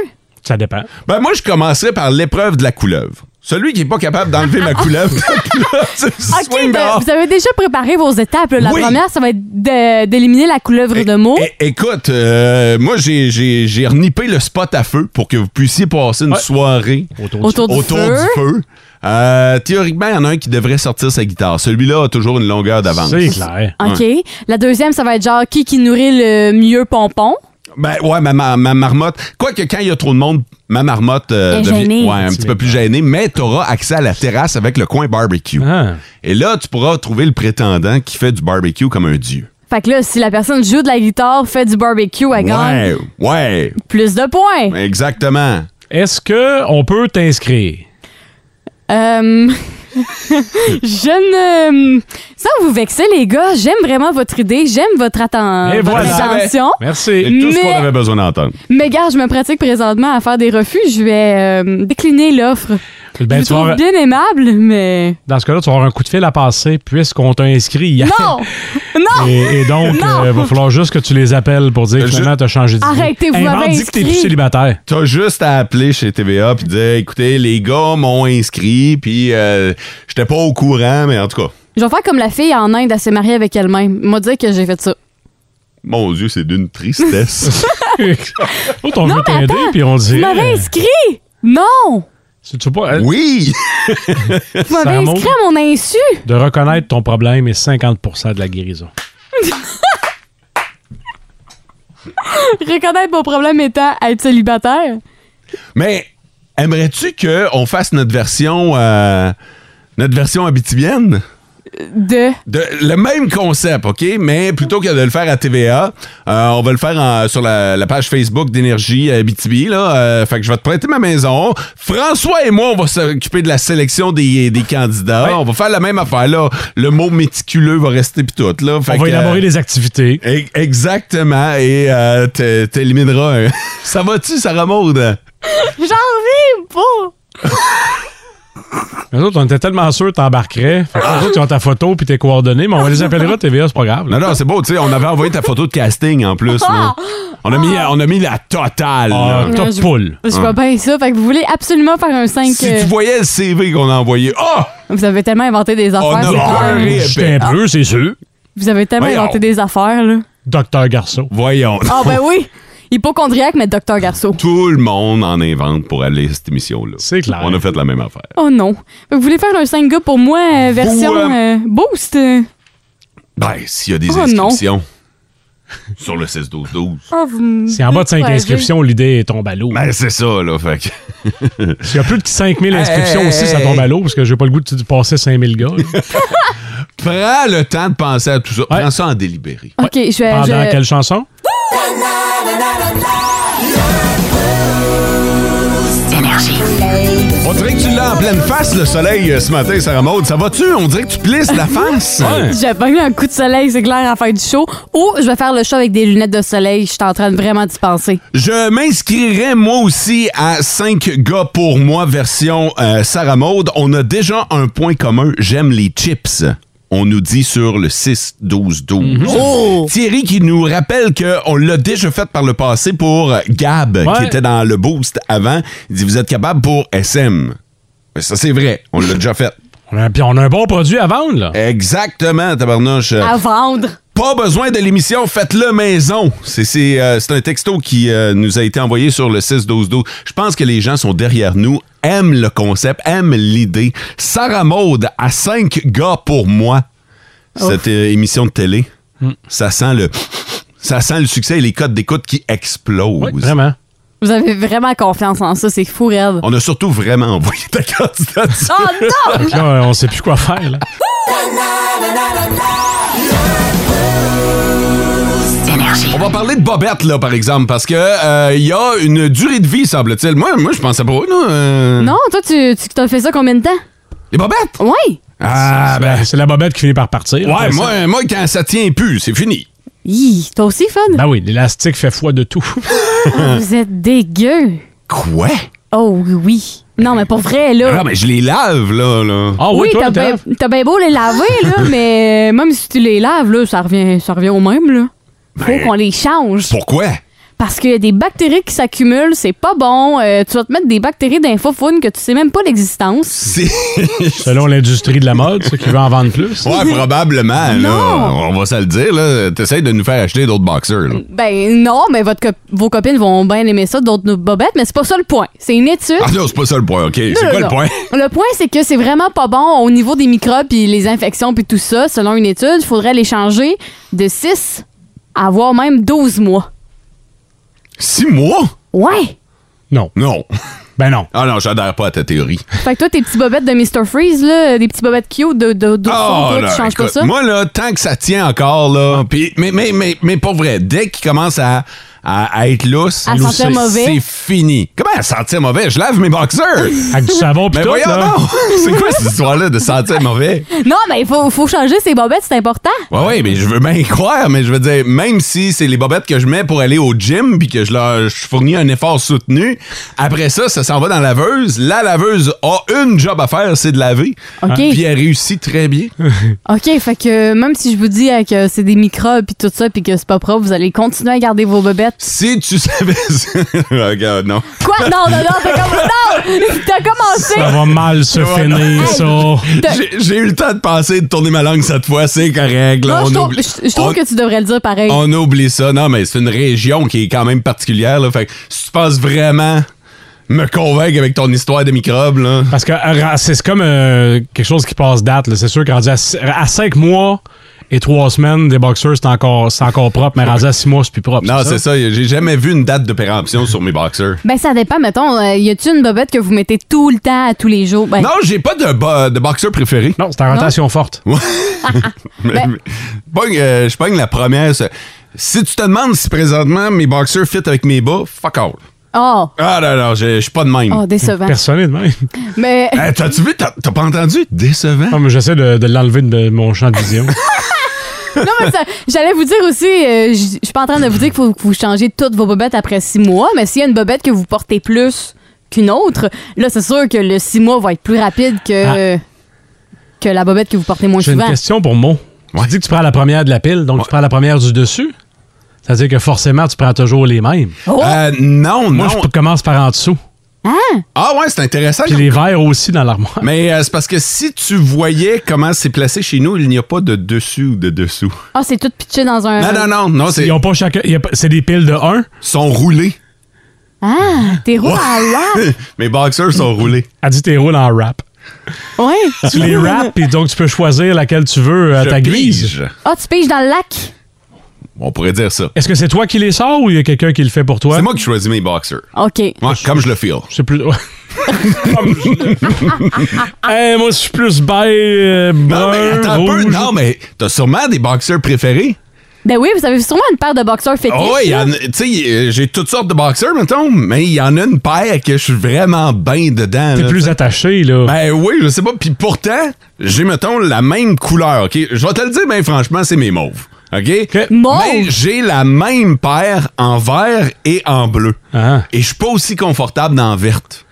Ça dépend. Ben moi, je commencerais par l'épreuve de la couleuvre. Celui qui est pas capable d'enlever ma couleuvre, là, tu Ok, swing de- dehors. vous avez déjà préparé vos étapes. là. La Oui. première, ça va être de- d'éliminer la couleuvre de mots. É- écoute, euh, moi, j'ai- j'ai j'ai renippé le spot à feu pour que vous puissiez passer une soirée Autour du- Autour du autour feu. du feu. Euh, théoriquement, il y en a un qui devrait sortir sa guitare. Celui-là a toujours une longueur d'avance. C'est clair. OK. La deuxième, ça va être genre qui qui nourrit le mieux pompon. Ben ouais, ma, ma, ma marmotte. Quoique quand il y a trop de monde, ma marmotte euh, Est gênée. ouais, un petit peu plus gênée, mais tu auras accès à la terrasse avec le coin barbecue. Ah. Hein? Et là, tu pourras trouver le prétendant qui fait du barbecue comme un dieu. Fait que là, si la personne joue de la guitare, fait du barbecue, elle gagne Ouais, ouais, plus de points. exactement. Est-ce que on peut t'inscrire? Euh, je ne. Sans vous vexer, les gars, j'aime vraiment votre idée, j'aime votre, atten- Et votre voilà. attention. C'est Merci. tout ce Mais- qu'on avait besoin d'entendre. Mais gars, je me pratique présentement à faire des refus. Je vais euh, décliner l'offre. Ben, je vous tu vas avoir- trouve bien aimable, mais. dans ce cas-là, tu vas avoir un coup de fil à passer puisqu'on t'a inscrit hier. Non! Non! Et, et donc, Non! Ben, il va falloir juste que tu les appelles pour dire que Je- finalement, t'as changé d'idée. Arrêtez, vous Invente, m'avez dis que t'es plus inscrit. célibataire. T'as juste à appeler chez TVA puis dire écoutez, les gars m'ont inscrit, puis euh, j'étais pas au courant, mais en tout cas, Je vais faire comme la fille en Inde, elle s'est mariée avec elle-même. Moi, dire que j'ai fait ça. mon Dieu, c'est d'une tristesse. oh, on veut mais t'aider, attends, puis on Vous dit... m'avez inscrit! Non! Tu tu veux pas, euh, oui! Vous m'avez remonte. inscrit à mon insu! De reconnaître ton problème est 50 de la guérison. Reconnaître mon problème étant être célibataire. Mais aimerais-tu qu'on fasse notre version euh, notre version habitivienne? De. De, le même concept, OK? Mais plutôt que de le faire à TVA, euh, on va le faire en- sur la, la page Facebook d'Énergie Abitibi. Là, Euh, fait que je vais te prêter ma maison. François et moi, on va s'occuper de la sélection des, des candidats. Ouais. On va faire la même affaire. Là. Le mot méticuleux va rester pis tout. Là. Fait on va que, élaborer euh, des activités. e- Exactement. Et euh, t'é- t'élimineras un... Ça va-tu, Sarah Maud? J'en ris pas! Les autres, on était tellement sûrs que t'embarquerais. Fait que les autres, ils ont ta photo puis tes coordonnées, mais on les appellera TVA, c'est pas grave. Non, non, c'est beau, tu sais, on avait envoyé ta photo de casting en plus. là. On, a mis, on a mis la totale. là. Ah, top je- poule. Je Hein. vois bien ça. Fait que vous voulez absolument faire un 5. Si tu voyais le CV qu'on a envoyé, oh! Vous avez tellement inventé des On affaires. a c'est peur. clair. J'étais un peu, c'est sûr. Vous avez tellement Voyons. inventé des affaires, là. Docteur Garceau. Voyons. Ah, ben oui! Hypochondriaque, mais docteur Garceau. Tout le monde en invente pour aller à cette émission-là. C'est clair. On a fait la même affaire. Oh non. Fait que Vous voulez faire un 5 gars pour moi, euh, version euh, euh, boost? euh? Ben, s'il y a des Oh, non. inscriptions sur le 16-12-12. Ah, vous me C'est en bas de 5 découragez. inscriptions, l'idée tombe à l'eau. Ben, c'est ça, là. Fait que- S'il y a plus de 5000 inscriptions Hey, aussi, ça hey, tombe à hey. l'eau parce que j'ai pas le goût de passer 5000 gars. là. Prends le temps de penser à tout ça. Ouais. Prends ça en délibéré. Ok, je vais. Pendant Ben, je- quelle chanson? On dirait que tu l'as en pleine face, le soleil, euh, ce matin, Sarah Maud. Ça va-tu? On dirait que tu plisses la face. J'ai pas eu un coup de soleil, c'est clair, à la fin du show. Ou je vais faire le show avec des lunettes de soleil. Je suis en train de vraiment d'y penser. Je m'inscrirai moi aussi à 5 gars pour moi version euh, Sarah Maude. On a déjà un point commun, j'aime les chips. On nous dit sur le 6 12 12. Thierry qui nous rappelle que on l'a déjà fait par le passé pour Gab Ouais. qui était dans le boost avant. Il dit vous êtes capable pour SM. Mais ça, c'est vrai. On l'a déjà fait. On a, puis on a un bon produit à vendre, Eh, là. Exactement, tabarnouche. À vendre. Pas besoin de l'émission, faites-le maison. C'est c'est, euh, c'est un texto qui euh, nous a été envoyé sur le 6-12-12. Je pense que les gens sont derrière nous, aiment le concept, aiment l'idée. Sarah Maude à 5 gars pour moi. Cette euh, émission de télé, Hmm. ça sent le ça sent le succès et les codes d'écoute qui explosent. Oui, vraiment. Vous avez vraiment confiance en ça, c'est fou, raide. On a surtout vraiment envoyé ta candidature. Oh non! Puis là, euh, on sait plus quoi faire, là. On va parler de Bobette, là, par exemple, parce que euh, il y a une durée de vie, semble-t-il. Moi, moi je pensais pas. Non, euh, Non, toi, tu, tu t'as fait ça combien de temps? Les Bobettes! Oui! Ah, ben. C'est la bobette qui finit par partir. Ouais, Après ça. moi, moi, quand ça tient plus, c'est fini. Hi, toi aussi, fun? Ben oui, l'élastique fait foi de tout. Ah, vous êtes dégueu! Quoi? Oh oui, oui. Non, mais pour vrai, là. Ah, mais je les lave, là, là. Ah oui, oui, toi, t'as t'as- bien ben beau les laver, là, mais euh, même si tu les laves, là, ça revient, ça revient au même, là. Ben, Faut qu'on les change. Pourquoi? Parce qu'il y a des bactéries qui s'accumulent, c'est pas bon. Euh, tu vas te mettre des bactéries d'infofounes que tu sais même pas l'existence. C'est. Selon l'industrie de la mode, ceux qui veulent en vendre plus. Ouais, probablement, là. Non. On va se le dire, là. T'essayes de nous faire acheter d'autres boxers, là. Ben non, mais votre cop- vos copines vont bien aimer ça, d'autres nos bobettes, mais c'est pas ça le point. C'est une étude. Ah non, c'est pas ça le point, OK. C'est Non, quoi non, le point? non. Le point, c'est que c'est vraiment pas bon au niveau des microbes puis les infections puis tout ça. Selon une étude, il faudrait les changer de 6 à voire même 12 mois. Six mois? Ouais! Non. Non. Ben non. Ah non, j'adhère pas à ta théorie. Fait que toi, tes petits bobettes de Mr. Freeze, là, des petits bobettes cute de, de, de Ah, fond, toi, là, tu changes pas écoute, ça? Moi, là, tant que ça tient encore, là. Puis, mais, mais, mais, mais pour vrai, dès qu'il commence à, à, à être lousse, À lousse, sentir c'est- mauvais. c'est fini. Comment à sentir mauvais? Je lave mes boxers! Avec Ah, du savon pis mais tout, Ben voyons là. donc! C'est quoi cette histoire-là de sentir mauvais? Non, mais il faut, faut changer ces bobettes, c'est important. Ouais, ouais, mais je veux bien y croire, mais je veux dire, même si c'est les bobettes que je mets pour aller au gym puis que je leur je fournis un effort soutenu, après ça, ça s'en va dans la laveuse. La laveuse a une job à faire, c'est de laver. Hein? OK. Puis elle réussit très bien. OK, fait que même si je vous dis euh, que c'est des microbes puis tout ça puis que c'est pas propre, vous allez continuer à garder vos bobettes. Si tu savais ça. Regarde, non. Quoi? Non, non, non, t'as commencé. Non! T'as Ça commencé! va mal se finir, ça. J'ai- J'ai eu le temps de penser, de tourner ma langue cette fois, c'est correct. là, Non, je on trouve, oublie- je- je trouve on- que tu devrais le dire pareil. On oublie ça. Non, mais c'est une région qui est quand même particulière. Là. Fait que si tu penses vraiment me convaincre avec ton histoire de microbes, là. Parce que euh, ra- c'est comme euh, quelque chose qui passe date. là. C'est sûr que rendu à, ci- à cinq mois et trois semaines, des boxeurs, c'est encore, c'est encore propre, mais rendu à six mois, c'est plus propre. Non, c'est ça. J'ai jamais vu une date de péremption sur mes boxers. Ben, ça dépend, mettons, euh, y a-tu une bobette que vous mettez tout le temps, à tous les jours? Ben, Non, j'ai pas de, bo- de boxeur préféré. Non, Ben- c'est en rotation forte. Mais- mais- pogne, euh, Je pogne la première. ça. Si tu te demandes si présentement mes boxers fit avec mes bas, fuck all. Oh! Ah non, non, je je suis pas de même. Oh, décevant. Personne n'est de même. Mais, Hey, T'as-tu vu? T'as t'as pas entendu? Décevant. Non, mais J'essaie de, de l'enlever de mon champ de vision. non, mais ça- j'allais vous dire aussi, euh, j- je suis pas en train de vous dire qu'il faut que vous changez toutes vos bobettes après six mois, mais s'il y a une bobette que vous portez plus qu'une autre, là, c'est sûr que le six mois va être plus rapide que, que la bobette que vous portez moins Ah. J'ai une souvent. question pour Mo. Ouais. Tu dis que tu prends la première de la pile, donc tu prends la première du dessus. C'est-à-dire que forcément, tu prends toujours les mêmes. Oh! Euh, non, Moi, non. je commence par en dessous. Hein? Ah ouais, c'est intéressant. Puis les verres aussi dans l'armoire. Mais euh, c'est parce que si tu voyais comment c'est placé chez nous, il n'y a pas de dessus ou de dessous. Ah, c'est tout pitché dans un. Non, non, non, non, c'est Ah. Ils ont pas chacun. il y a pas- C'est des piles de 1. sont roulés. Ah, t'es roux à la- Mes boxers sont roulés. Elle dit tes roules en wrap. Ouais. Tu les wraps, puis donc tu peux choisir laquelle tu veux à Je ta grise. pige. Ah, tu piges dans le lac? On pourrait dire ça. Est-ce que c'est toi qui les sors ou il y a quelqu'un qui le fait pour toi? C'est moi qui choisis mes boxers. OK. Moi, comme je le feel. Je sais plus. Comme je- Hey, moi, je suis plus beige, euh, Non, brun, mais attends un peu. rouge. Non, mais t'as sûrement des boxers préférés. Ben oui, vous avez sûrement une paire de boxeurs fétiches. Oh, ouais, il y là. en a- tu sais, euh, j'ai toutes sortes de boxers, mettons, mais il y en a une paire que je suis vraiment bien dedans. T'es là. plus attaché, là. euh, Ben oui, je sais pas. Puis pourtant, j'ai, mettons, la même couleur, OK? Je vais te le dire, ben franchement, c'est mes mauves. OK? Mauve? Mais j'ai la même paire en vert et en bleu. Ah. Et je suis pas aussi confortable dans verte.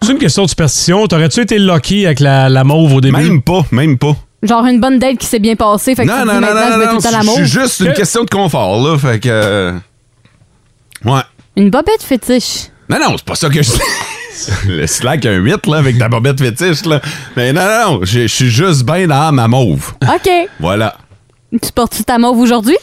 C'est une question de superstition. T'aurais-tu été lucky avec la, la mauve au début? Même pas, même pas. Genre une bonne date qui s'est bien passée. Fait que tu non, te non, dis non, maintenant, je non, mets non, tout le temps non, l'amour. c'est juste une Que- question de confort, là. Fait que. euh, Ouais. Une bobette fétiche. Non, non, c'est pas ça que je Le slack, un 8, là, avec ta bobette fétiche, là. Mais non, non, non, je je suis juste bien dans ma mauve. OK. Voilà. Tu portes-tu ta mauve aujourd'hui?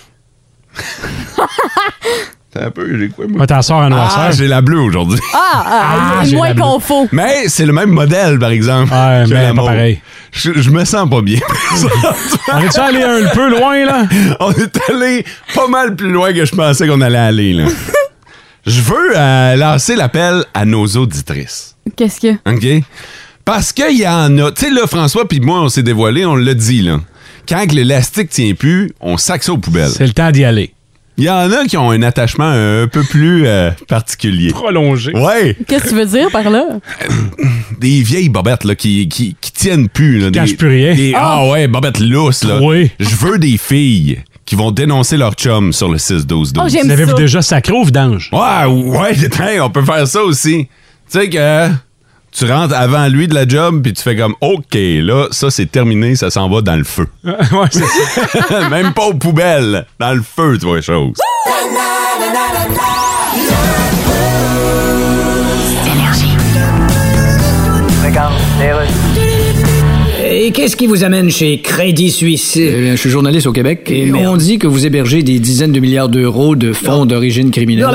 T'as un peu, j'ai quoi, Ah, moi? t'en sors en Ah, noirceur. j'ai la bleue aujourd'hui. Ah, ah, Ah, c'est j'ai moins la bleue. qu'on faut. Mais c'est le même modèle, par exemple. Ouais, que mais la pas mauve. pareil. Je, je me sens pas bien. On est-tu allé un peu loin, là? On est allé pas mal plus loin que je pensais qu'on allait aller, là. Je veux euh, lancer l'appel à nos auditrices. Qu'est-ce que. OK? Parce qu'il y en a. Tu sais, là, François puis moi, on s'est dévoilé, on l'a dit, là. Quand que l'élastique tient plus, on sac ça aux poubelles. C'est le temps d'y aller. Il y en a qui ont un attachement un peu plus euh, particulier. Prolonger. Ouais, Qu'est-ce que tu veux dire par Hein? là? des vieilles bobettes là, qui, qui, qui tiennent plus. Là, cachent des- plus rien. des- ah. ouais, bobettes lousses. Là. Oui. Je veux des filles qui vont dénoncer leur chum sur le 6-12-12. Oh, j'aime Vous avez ça. déjà sacré au vidange? Ouais, ouais, hey, on peut faire ça aussi. Tu sais que tu rentres avant lui de la job, puis tu fais comme, OK, là, ça c'est terminé, ça s'en va dans le feu. ouais, c'est ça. Même pas aux poubelles, dans le feu, tu vois les choses. Et qu'est-ce qui vous amène chez Crédit Suisse? je suis journaliste au Québec et on dit que vous hébergez des dizaines de milliards d'euros de fonds d'origine criminelle.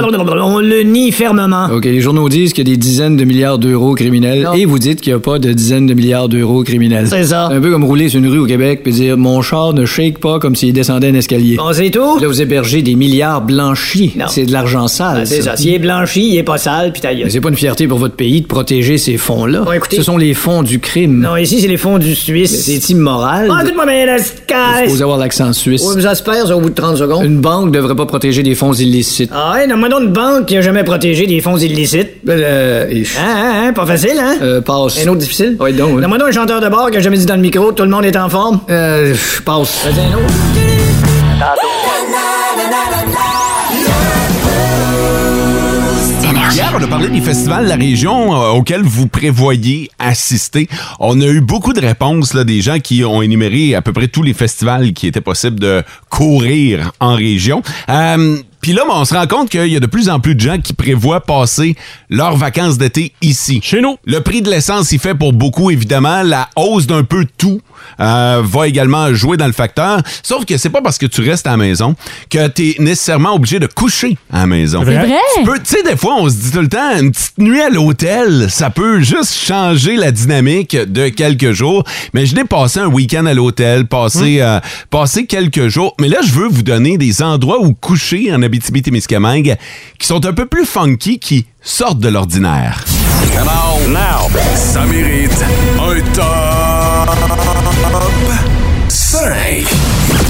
On le nie fermement. OK, les journaux disent qu'il y a des dizaines de milliards d'euros criminels Non. et vous dites qu'il n'y a pas de dizaines de milliards d'euros criminels. C'est ça. C'est un peu comme rouler sur une rue au Québec puis dire mon char ne shake pas comme s'il descendait un escalier. Bon, Ah, c'est tout? Là, vous hébergez des milliards blanchis. Non. C'est de l'argent sale. Ah, c'est ça. ça. S'il est blanchi, il est pas sale, puis ta gueule. Mais c'est pas une fierté pour votre pays de protéger ces fonds-là. Bon, écoutez- Ce sont les fonds du crime. Non, ici, c'est les fonds du Suisse. C'est immoral. Ah, écoute-moi, mais la sky! Vous avoir l'accent suisse. Ouais, mais ça se perd au bout de 30 secondes. Une banque devrait pas protéger des fonds illicites. Ah ouais, nomme-moi donc une banque qui a jamais protégé des fonds illicites. Euh, et- Hein, hein, hein, pas facile, hein? euh, passe. Un autre difficile? Ouais, donc, ouais. Nomme-moi donc un chanteur de bar qui a jamais dit dans le micro, tout le monde est en forme. Euh, pff, passe. Vas-y, un autre. Hier, on a parlé des festivals de la région euh, auxquels vous prévoyez assister. On a eu beaucoup de réponses là, des gens qui ont énuméré à peu près tous les festivals qui étaient possibles de courir en région. Euh, Puis là, ben, on se rend compte qu'il y a de plus en plus de gens qui prévoient passer leurs vacances d'été ici. Chez nous. Le prix de l'essence y fait pour beaucoup, évidemment. La hausse d'un peu tout euh, va également jouer dans le facteur. Sauf que c'est pas parce que tu restes à la maison que tu es nécessairement obligé de coucher à la maison. C'est C'est vrai? Tu peux- tu sais, des fois, on se dit tout le temps, une petite nuit à l'hôtel, ça peut juste changer la dynamique de quelques jours. Mais je l'ai passé un week-end à l'hôtel, passé, euh, passé quelques jours. Mais là, je veux vous donner des endroits où coucher en Abitibi-Témiscamingue qui sont un peu plus funky, qui sortent de l'ordinaire. Come on! Now! Ça mérite un top 5!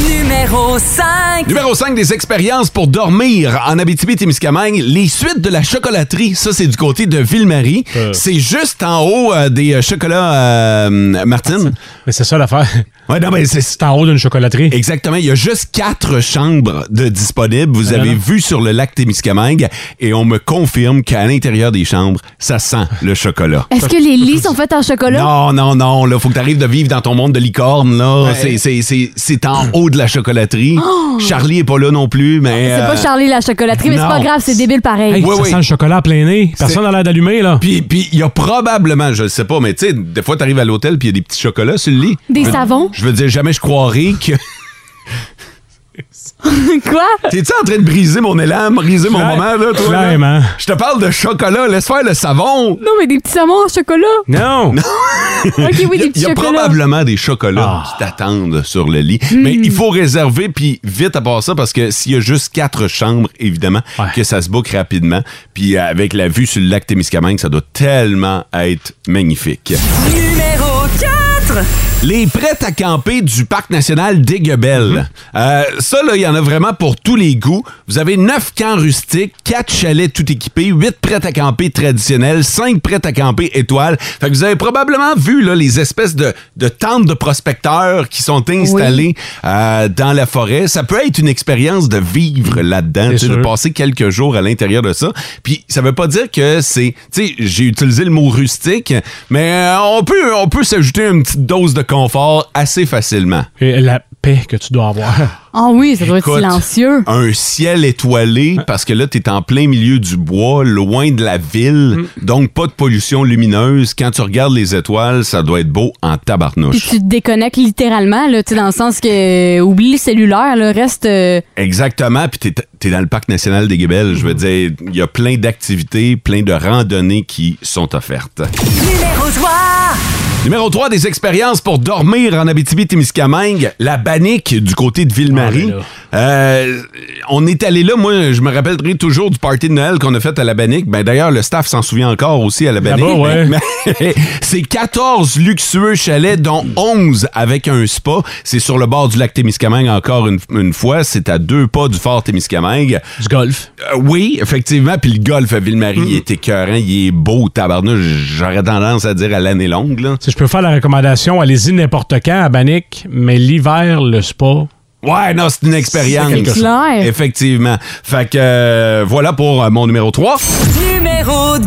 Numéro 5. Numéro 5 des expériences pour dormir en Abitibi-Témiscamingue, les suites de la chocolaterie. Ça, c'est du côté de Ville-Marie. C'est juste en haut euh, des euh, chocolats euh, Martine. Mais c'est ça l'affaire. Ouais, non, mais c'est C'est en haut d'une chocolaterie. Exactement. Il y a juste quatre chambres de disponibles. Vous Ah, avez vu sur le lac Témiscamingue et on me confirme qu'à l'intérieur des chambres, ça sent le chocolat. Est-ce que les lits sont faits en chocolat? Non, non, non, là, faut que t'arrives de vivre dans ton monde de licorne, là. C'est- c'est- C'est c'est en haut de la chocolaterie. Charlie est pas là non plus, mais... Oh! C'est pas euh, Charlie la chocolaterie, mais c'est pas non. grave, c'est débile pareil. Hey, Oui, ça oui. sent le chocolat à plein nez. Personne n'a l'air d'allumer, là. Puis, puis, il y a probablement, je le sais pas, mais tu sais, des fois, t'arrives à l'hôtel, puis il y a des petits chocolats sur le lit. Des savons? Je veux dire, jamais je croirais que... Quoi? T'es-tu en train de briser mon élan, briser mon Claire- moment, là, toi? là? Clairement. Je te parle de chocolat, laisse faire le savon. Non, mais des petits savons en chocolat. Non! Ok, oui, Il y a- des il petits y a chocolats. probablement des chocolats Ah. qui t'attendent sur le lit. Mais Hmm. il faut réserver, puis vite à part ça, parce que s'il y a juste quatre chambres, évidemment, Ouais. que ça se boucle rapidement. Puis euh, avec la vue sur le lac Témiscamingue, ça doit tellement être magnifique. Numéro 4. Les prêts à camper du parc national des Guebels. Mm-hmm. Euh, ça, là, il y en a vraiment pour tous les goûts. Vous avez neuf camps rustiques, quatre chalets tout équipés, huit prêts à camper traditionnels, cinq prêts à camper étoiles. Fait que vous avez probablement vu là, les espèces de, de tentes de prospecteurs qui sont installées euh, dans la forêt. Ça peut être une expérience de vivre là-dedans, C'est tu sais, sûr. de passer quelques jours à l'intérieur de ça. Puis ça veut pas dire que c'est, tu sais, j'ai utilisé le mot rustique, mais euh, on peut on peut s'ajouter une petite dose de confort assez facilement. Et la paix que tu dois avoir. Ah oui, ça doit être Écoute, silencieux. Un ciel étoilé, Ah. parce que là, tu es en plein milieu du bois, loin de la ville, Mm. donc pas de pollution lumineuse. Quand tu regardes les étoiles, ça doit être beau en Puis tabarnouche. tu te déconnectes littéralement, là, tu sais, dans le sens que, euh, oublie le cellulaire, là, reste. euh, Exactement, puis tu es dans le parc national des Guébels. Je veux dire, il y a plein d'activités, plein de randonnées qui sont offertes. Numéro 3. Numéro 3 des expériences pour dormir en Abitibi-Témiscamingue, la Bannique du côté de Ah, Ville-Marie. ben Euh, on est allé là, moi, je me rappellerai toujours du party de Noël qu'on a fait à la Bannique. Ben, d'ailleurs, le staff s'en souvient encore aussi à la Bannique. Là-bas, ouais. Mais- C'est 14 luxueux chalets, dont 11 avec un spa. C'est sur le bord du lac Témiscamingue encore une, une fois. C'est à deux pas du fort Témiscamingue. Du golf. Euh, oui, effectivement. Puis le golf à Ville-Marie, Mm. il est écœurant, il est beau, tabarnouche. J'aurais tendance à dire à l'année longue, là. Si je peux faire la recommandation, allez-y n'importe quand à Bannick, mais l'hiver, le spa. Ouais, non, c'est une expérience. quelque chose. Clair. Effectivement. Fait que euh, voilà pour euh, mon numéro 3. Numéro 2.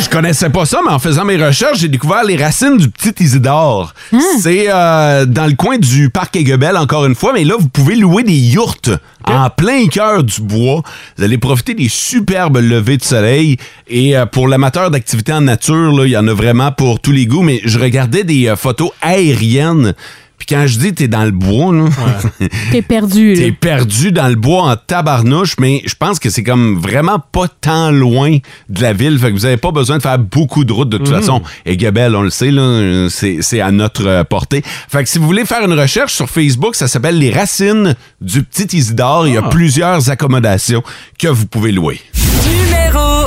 Je connaissais pas ça, mais en faisant mes recherches, j'ai découvert les racines du petit Isidore. C'est euh, dans le coin du parc Aiguebel, encore une fois, mais là, vous pouvez louer des yurts en plein cœur du bois. Vous allez profiter des superbes levées de soleil. Et euh, pour l'amateur d'activités en nature, là, il y en a vraiment pour tous les goûts, mais je regardais des euh, photos aériennes. Puis quand je dis t'es dans le bois, là, T'es perdu, là. T'es perdu dans le bois en tabarnouche, mais je pense que c'est comme vraiment pas tant loin de la ville. Fait que vous avez pas besoin de faire beaucoup de routes de toute façon. Et Gabel, on le sait, là, euh, c'est c'est à notre euh, portée. Fait que si vous voulez faire une recherche sur Facebook, ça s'appelle Les Racines du Petit Isidore. Il y a plusieurs accommodations que vous pouvez louer. Numéro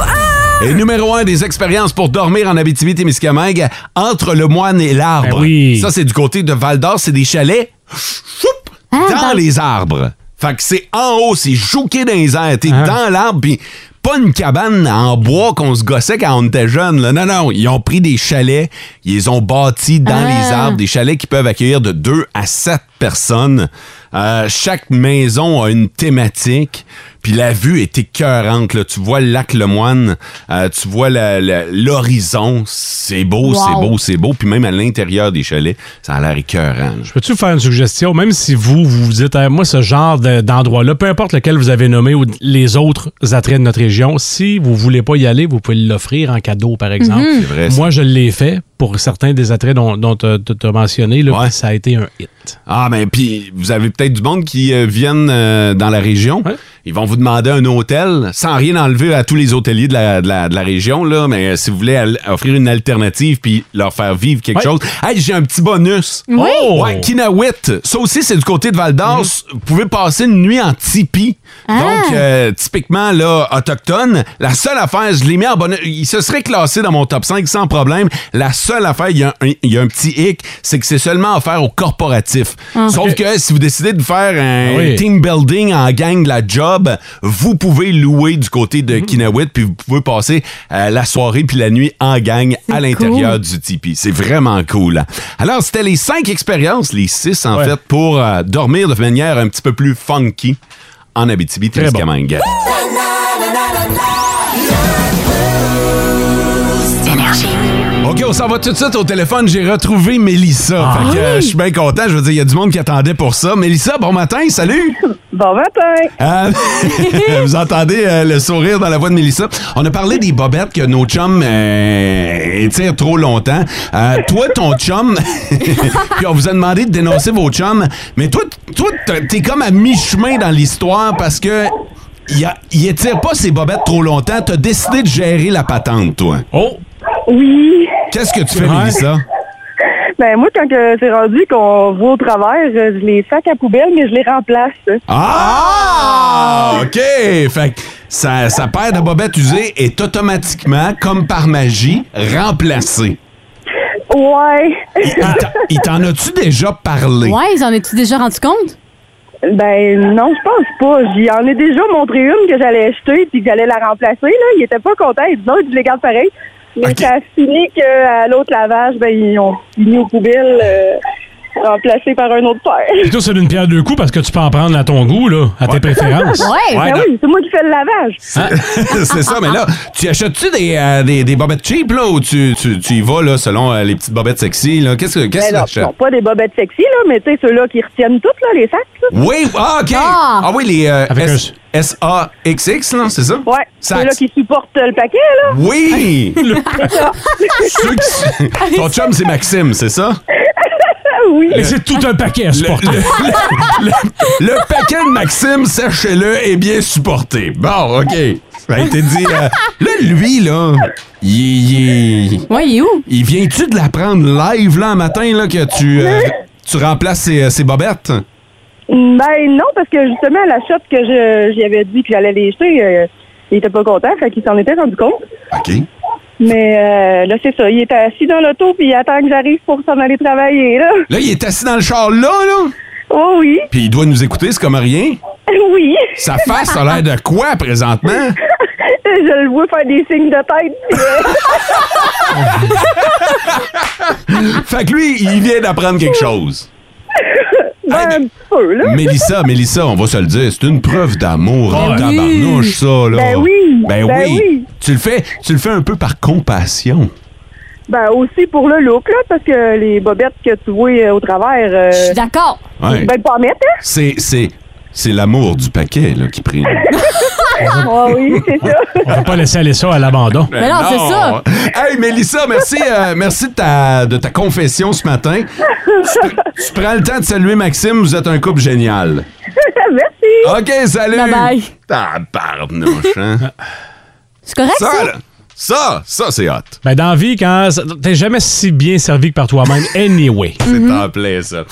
1. Et numéro un des expériences pour dormir en Abitibi-Témiscamingue, entre le moine et l'arbre. Ben oui. Ça, c'est du côté de Val-d'Or, c'est des chalets choup, dans dans- les arbres. Fait que c'est en haut, c'est jouqué dans les airs, Ah. t'es dans l'arbre, puis pas une cabane en bois qu'on se gossait quand on était jeune. là. Non, non, ils ont pris des chalets, ils les ont bâtis dans Ah. les arbres, des chalets qui peuvent accueillir de 2 à 7 personnes. Euh, chaque maison a une thématique. Puis la vue est écœurante. Là. Tu vois le lac Lemoine, euh, tu vois la- la- l'horizon. C'est beau, Wow. c'est beau, c'est beau. Puis même à l'intérieur des chalets, ça a l'air écœurant. là. Je peux-tu vous faire une suggestion? Même si vous, vous vous dites, Eh, moi, ce genre de- d'endroit-là, peu importe lequel vous avez nommé ou les autres attraits de notre région, si vous voulez pas y aller, vous pouvez l'offrir en cadeau, par exemple. Mhm. C'est vrai, ça. Moi, je l'ai fait pour certains des attraits dont tu as mentionné. là, Ouais. puis Ça a été un hit. Ah, ben, puis vous avez peut-être du monde qui euh, viennent euh, dans la région. Ouais. Ils vont vous demander un hôtel, sans rien enlever à tous les hôteliers de la, de la- de la région, là. Mais euh, si vous voulez al- offrir une alternative puis leur faire vivre quelque Ouais. chose. Hey, j'ai un petit bonus. Oui. Oh! Ouais, Kinawit. Ça aussi, c'est du côté de Val Mhm. d'Or. Vous pouvez passer une nuit en tipi. Ah. Donc, euh, typiquement, là, autochtone. La seule affaire, je l'ai mis en bonne. Il se serait classé dans mon top 5 sans problème. La seule affaire, il y, a un- il y a un petit hic, c'est que c'est seulement offert aux corporatifs. Sauf que si vous décidez de faire Ah un oui. team building en gang de la job, vous pouvez louer du côté de Kinawit, puis vous pouvez passer euh, la soirée puis la nuit en gang à C'est l'intérieur du tipi. C'est vraiment cool. hein. Alors, c'était les cinq expériences, les six en Ouais. fait, pour euh, dormir de manière un petit peu plus funky en Abitibi-Témiscamingue. OK, on s'en va tout de suite au téléphone. J'ai retrouvé Mélissa. Fait que, euh, je suis bien content. Je veux dire, il y a du monde qui attendait pour ça. Mélissa, bon matin. Salut! Bon matin! Euh, vous entendez euh, le sourire dans la voix de Mélissa. On a parlé des bobettes que nos chums euh, étirent trop longtemps. Euh, toi, ton chum, puis on vous a demandé de dénoncer vos chums, mais toi, t- toi t'es- t'es comme à mi-chemin dans l'histoire parce que il a- il étire pas ses bobettes trop longtemps. T'as décidé de gérer la patente, toi. Oh! Oui! Qu'est-ce que tu fais, Ouais. Mélissa? Ben moi, quand que c'est rendu qu'on va au travers, euh, je les sac à poubelle, mais je les remplace. Ah! OK! Fait que sa, sa paire de bobettes usées est automatiquement, comme par magie, remplacée. Ouais! Il- il t'en- Il t'en as-tu déjà parlé? Ouais, j'en ai-tu déjà rendu compte? Ben non, je pense pas. J'y en ai déjà montré une que j'allais acheter puis que j'allais la remplacer. Là. Il était pas content. Il dit non, il dit, je les garde pareil. Mais Ok. ça a fini qu'à l'autre lavage, ben ils ont mis aux poubelles. euh, remplacé par un autre père. Et tout, c'est une pierre deux coups parce que tu peux en prendre à ton goût, là, à tes préférences. Ouais, ben non. oui, c'est moi qui fais le lavage. c'est ça, mais là, tu achètes-tu des, euh, des, des bobettes cheap, là, ou tu, tu, tu y vas, là, selon euh, les petites bobettes sexy, là? Qu'est-ce que qu'est-ce que Ben non, tu achètes? non, pas des bobettes sexy, là, mais tu sais, ceux-là qui retiennent toutes, là, les sacs. là. Oui, ah, OK. Ah, oui, les euh, S- SAXX, non, c'est ça? Ouais, Ceux-là qui supportent euh, le paquet, là. Oui! C'est ça. Ceux qui- Ton chum, c'est Maxime, c'est ça? Ben oui. Mais c'est tout un paquet à supporter. Le, le- le- le paquet de Maxime, sachez-le, est bien supporté. Bon, OK. Ça a été dit. euh, là, lui, là, il... il- Ouais, il est où? Il vient-tu de la prendre live, là, un matin, là, que tu, euh, tu remplaces ses, ses bobettes? Ben non, parce que justement, à la shop que je- j'y avais dit que j'allais les jeter, euh, il était pas content, fait qu'il s'en était rendu compte. OK. Mais euh, là, c'est ça. Il était assis dans l'auto, puis il attend que j'arrive pour s'en aller travailler, là. Là, il est assis dans le char, là, là. Oh oui. Puis il doit nous écouter, c'est comme rien. Oui. Sa face a l'air de quoi, présentement? Je le vois faire des signes de tête. puis, Fait que lui, il vient d'apprendre quelque chose. euh, ben, un petit peu, là. Mélissa, Mélissa, on va se le dire, c'est une preuve d'amour en Ben oui. tabarnouche, ça, là. Ben oui, Ben, ben oui. oui. Tu le fais, tu le fais un peu par compassion. Ben aussi pour le look, là, parce que les bobettes que tu vois euh, au travers... Je suis d'accord. Ouais. Ben, pas en mettre, hein? C'est, c'est, c'est l'amour du paquet, là, qui prime. Ah oui, c'est ça. On peut pas laisser aller ça à l'abandon. Ben c'est ça. Hey, Mélissa, merci, euh, merci de ta, de ta confession ce matin. Tu, pr- tu prends le temps de saluer Maxime, vous êtes un couple génial. Merci. OK, salut. Bye-bye. Tabarnouche, hein? C'est correct, ça? là, ça, ça, c'est hot. Ben, dans la vie, quand t'es jamais si bien servi que par toi-même, anyway. C'est en plein, ça.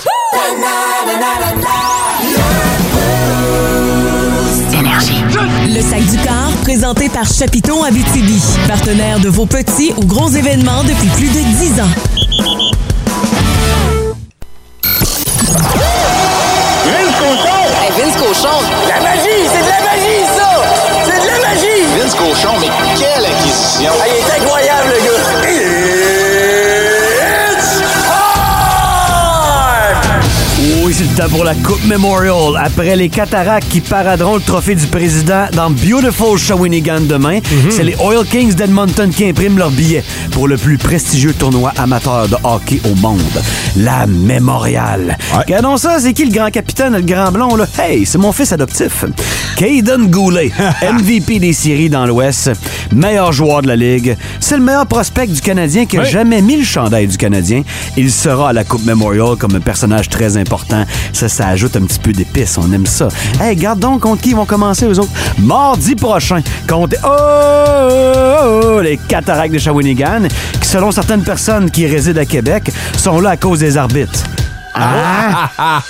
Le sac du corps, présenté par Chapiton Abitibi, partenaire de vos petits ou gros événements depuis plus de 10 ans. Vince Cochon! Vince Cochon! La magie! C'est de la magie, ça! C'est de la magie! Vince Cochon, mais quelle acquisition! il est incroyable, le gars! Oui, c'est le temps pour la Coupe Memorial. Après les cataractes qui paraderont le trophée du président dans Beautiful Shawinigan demain, Mhm. c'est les Oil Kings d'Edmonton qui impriment leurs billets pour le plus prestigieux tournoi amateur de hockey au monde, la Memorial. Regardons ça, c'est qui le grand capitaine, le grand blond? Là? Hey, c'est mon fils adoptif. Caden Goulet, MVP des séries dans l'Ouest, meilleur joueur de la Ligue. C'est le meilleur prospect du Canadien qui a jamais mis le chandail du Canadien. Il sera à la Coupe Memorial comme un personnage très important. Ça, ça ajoute un petit peu d'épices. On aime ça. Hey, garde donc contre qui ils vont commencer, eux autres. Mardi prochain, contre oh, oh, oh, les cataractes de Shawinigan, qui, selon certaines personnes qui résident à Québec, sont là à cause des arbitres. Ah!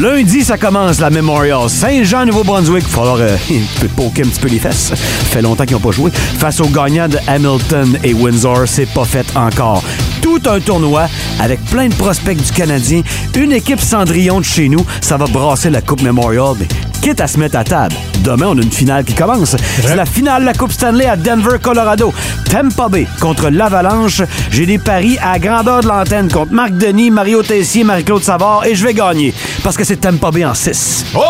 Lundi, ça commence la Memorial Saint-Jean, Nouveau-Brunswick. Faut alors euh, poker un petit peu les fesses. Fait longtemps qu'ils n'ont pas joué. Face aux gagnants de Hamilton et Windsor, c'est pas fait encore. Tout un tournoi avec plein de prospects du Canadien. Une équipe Cendrillon de chez nous. Ça va brasser la Coupe Memorial. Mais quitte à se mettre à table. Demain, on a une finale qui commence. C'est la finale de la Coupe Stanley à Denver, Colorado. Tampa Bay contre l'Avalanche. J'ai des paris à la grandeur de l'antenne contre Marc Denis, Mario Tessier, Marie-Claude Savard et je vais gagner parce que c'est Tampa Bay en 6. Oh!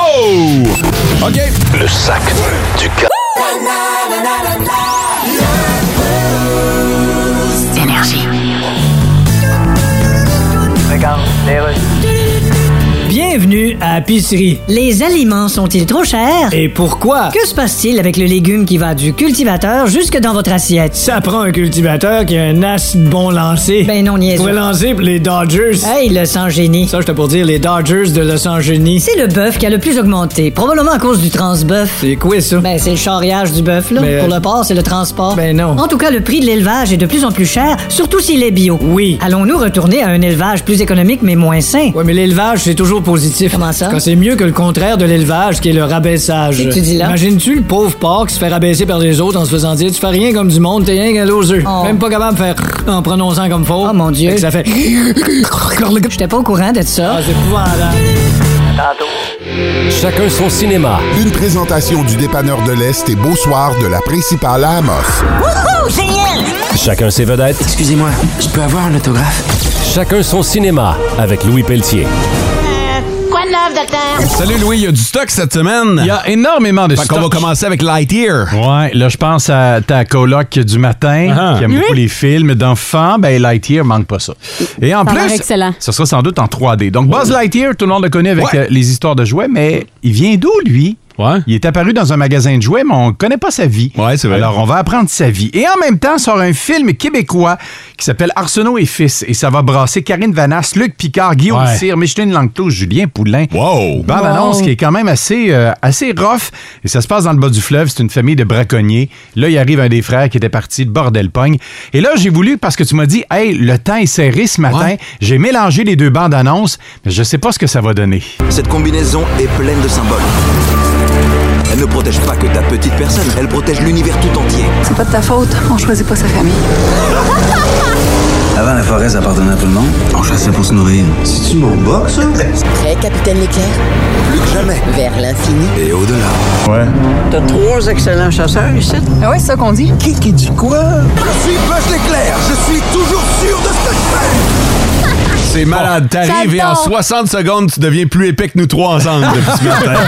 OK. Le sac du corps. Bienvenue à Pisserie. Les aliments sont-ils trop chers? Et pourquoi? Que se passe-t-il avec le légume qui va du cultivateur jusque dans votre assiette? Ça prend un cultivateur qui a un as de bon lancer. Ben non, niaise. Pour lancer pour les Dodgers. Hey, le sang-génie. Ça, j'étais pour dire les Dodgers de Los Angeles. C'est le bœuf qui a le plus augmenté, probablement à cause du transbœuf. C'est quoi ça? Ben, c'est le charriage du bœuf, là. Mais, euh, Pour le Ah. porc, c'est le transport. Ben non. En tout cas, le prix de l'élevage est de plus en plus cher, surtout s'il est bio. Oui. Allons-nous retourner à un élevage plus économique mais moins sain? Ouais, mais l'élevage, c'est toujours positif. Comment ça? Quand c'est mieux que le contraire de l'élevage, qui est le rabaissage. Qu'est-ce que tu dis là? Imagines-tu le pauvre porc qui se fait rabaisser par les autres en se faisant dire tu fais rien comme du monde, t'es rien qu'un loser. Oh. Même pas capable de faire en prononçant comme faux. Oh mon Dieu. Fait que ça fait. J'étais pas au courant de ça. Ah, c'est épouvantable. Chacun son cinéma. Une présentation du dépanneur de l'Est et beau soir de la principale à Amos. Génial! Chacun ses vedettes. Excusez-moi, je peux avoir un autographe? Chacun son cinéma avec Louis Pelletier. Quoi de neuf, docteur? Salut Louis, il y a du stock cette semaine. Il y a énormément de Fait qu'on va commencer avec Lightyear. Ouais, là, je pense à ta coloc du matin, Ah. qui aime Oui. beaucoup les films d'enfants. Ben, Lightyear manque pas ça. Et en Ça a l'air plus, excellent. ce sera sans doute en 3D. Donc, Buzz Oh. Lightyear, tout le monde le connaît avec euh, les histoires de jouets, mais il vient d'où, lui? Il est apparu dans un magasin de jouets, mais on ne connaît pas sa vie. Ouais, c'est vrai. Alors, on va apprendre sa vie. Et en même temps, sort un film québécois qui s'appelle Arsenault et Fils. Et ça va brasser Karine Vanasse, Luc Picard, Guillaume Ouais. Cyr, Micheline Langto, Julien Poulain. Wow! Bande Wow. annonce qui est quand même assez, euh, assez rough. Et ça se passe dans le bas du fleuve. C'est une famille de braconniers. Là, il arrive un des frères qui était parti de Bordel-Pogne. Et là, j'ai voulu, parce que tu m'as dit, hey, le temps est serré ce matin. J'ai mélangé les deux bandes annonces, mais je sais pas ce que ça va donner. Cette combinaison est pleine de symboles. Elle ne protège pas que ta petite personne, elle protège l'univers tout entier. C'est pas de ta faute, on choisit pas sa famille. Avant, la forêt, ça appartenait à tout le monde. On chassait pour se nourrir. Si tu m'en boxes, Prêt, capitaine Leclerc? Plus que jamais. Vers l'infini. et au-delà. Ouais. T'as trois excellents chasseurs ici. Ah ouais, c'est ça qu'on dit? Qui qui dit quoi? Je suis Buzz l'éclair, je suis toujours sûr de ce que je fais! C'est malade. T'arrives et en J'adore. 60 secondes, tu deviens plus épais que nous trois ensemble depuis ce matin.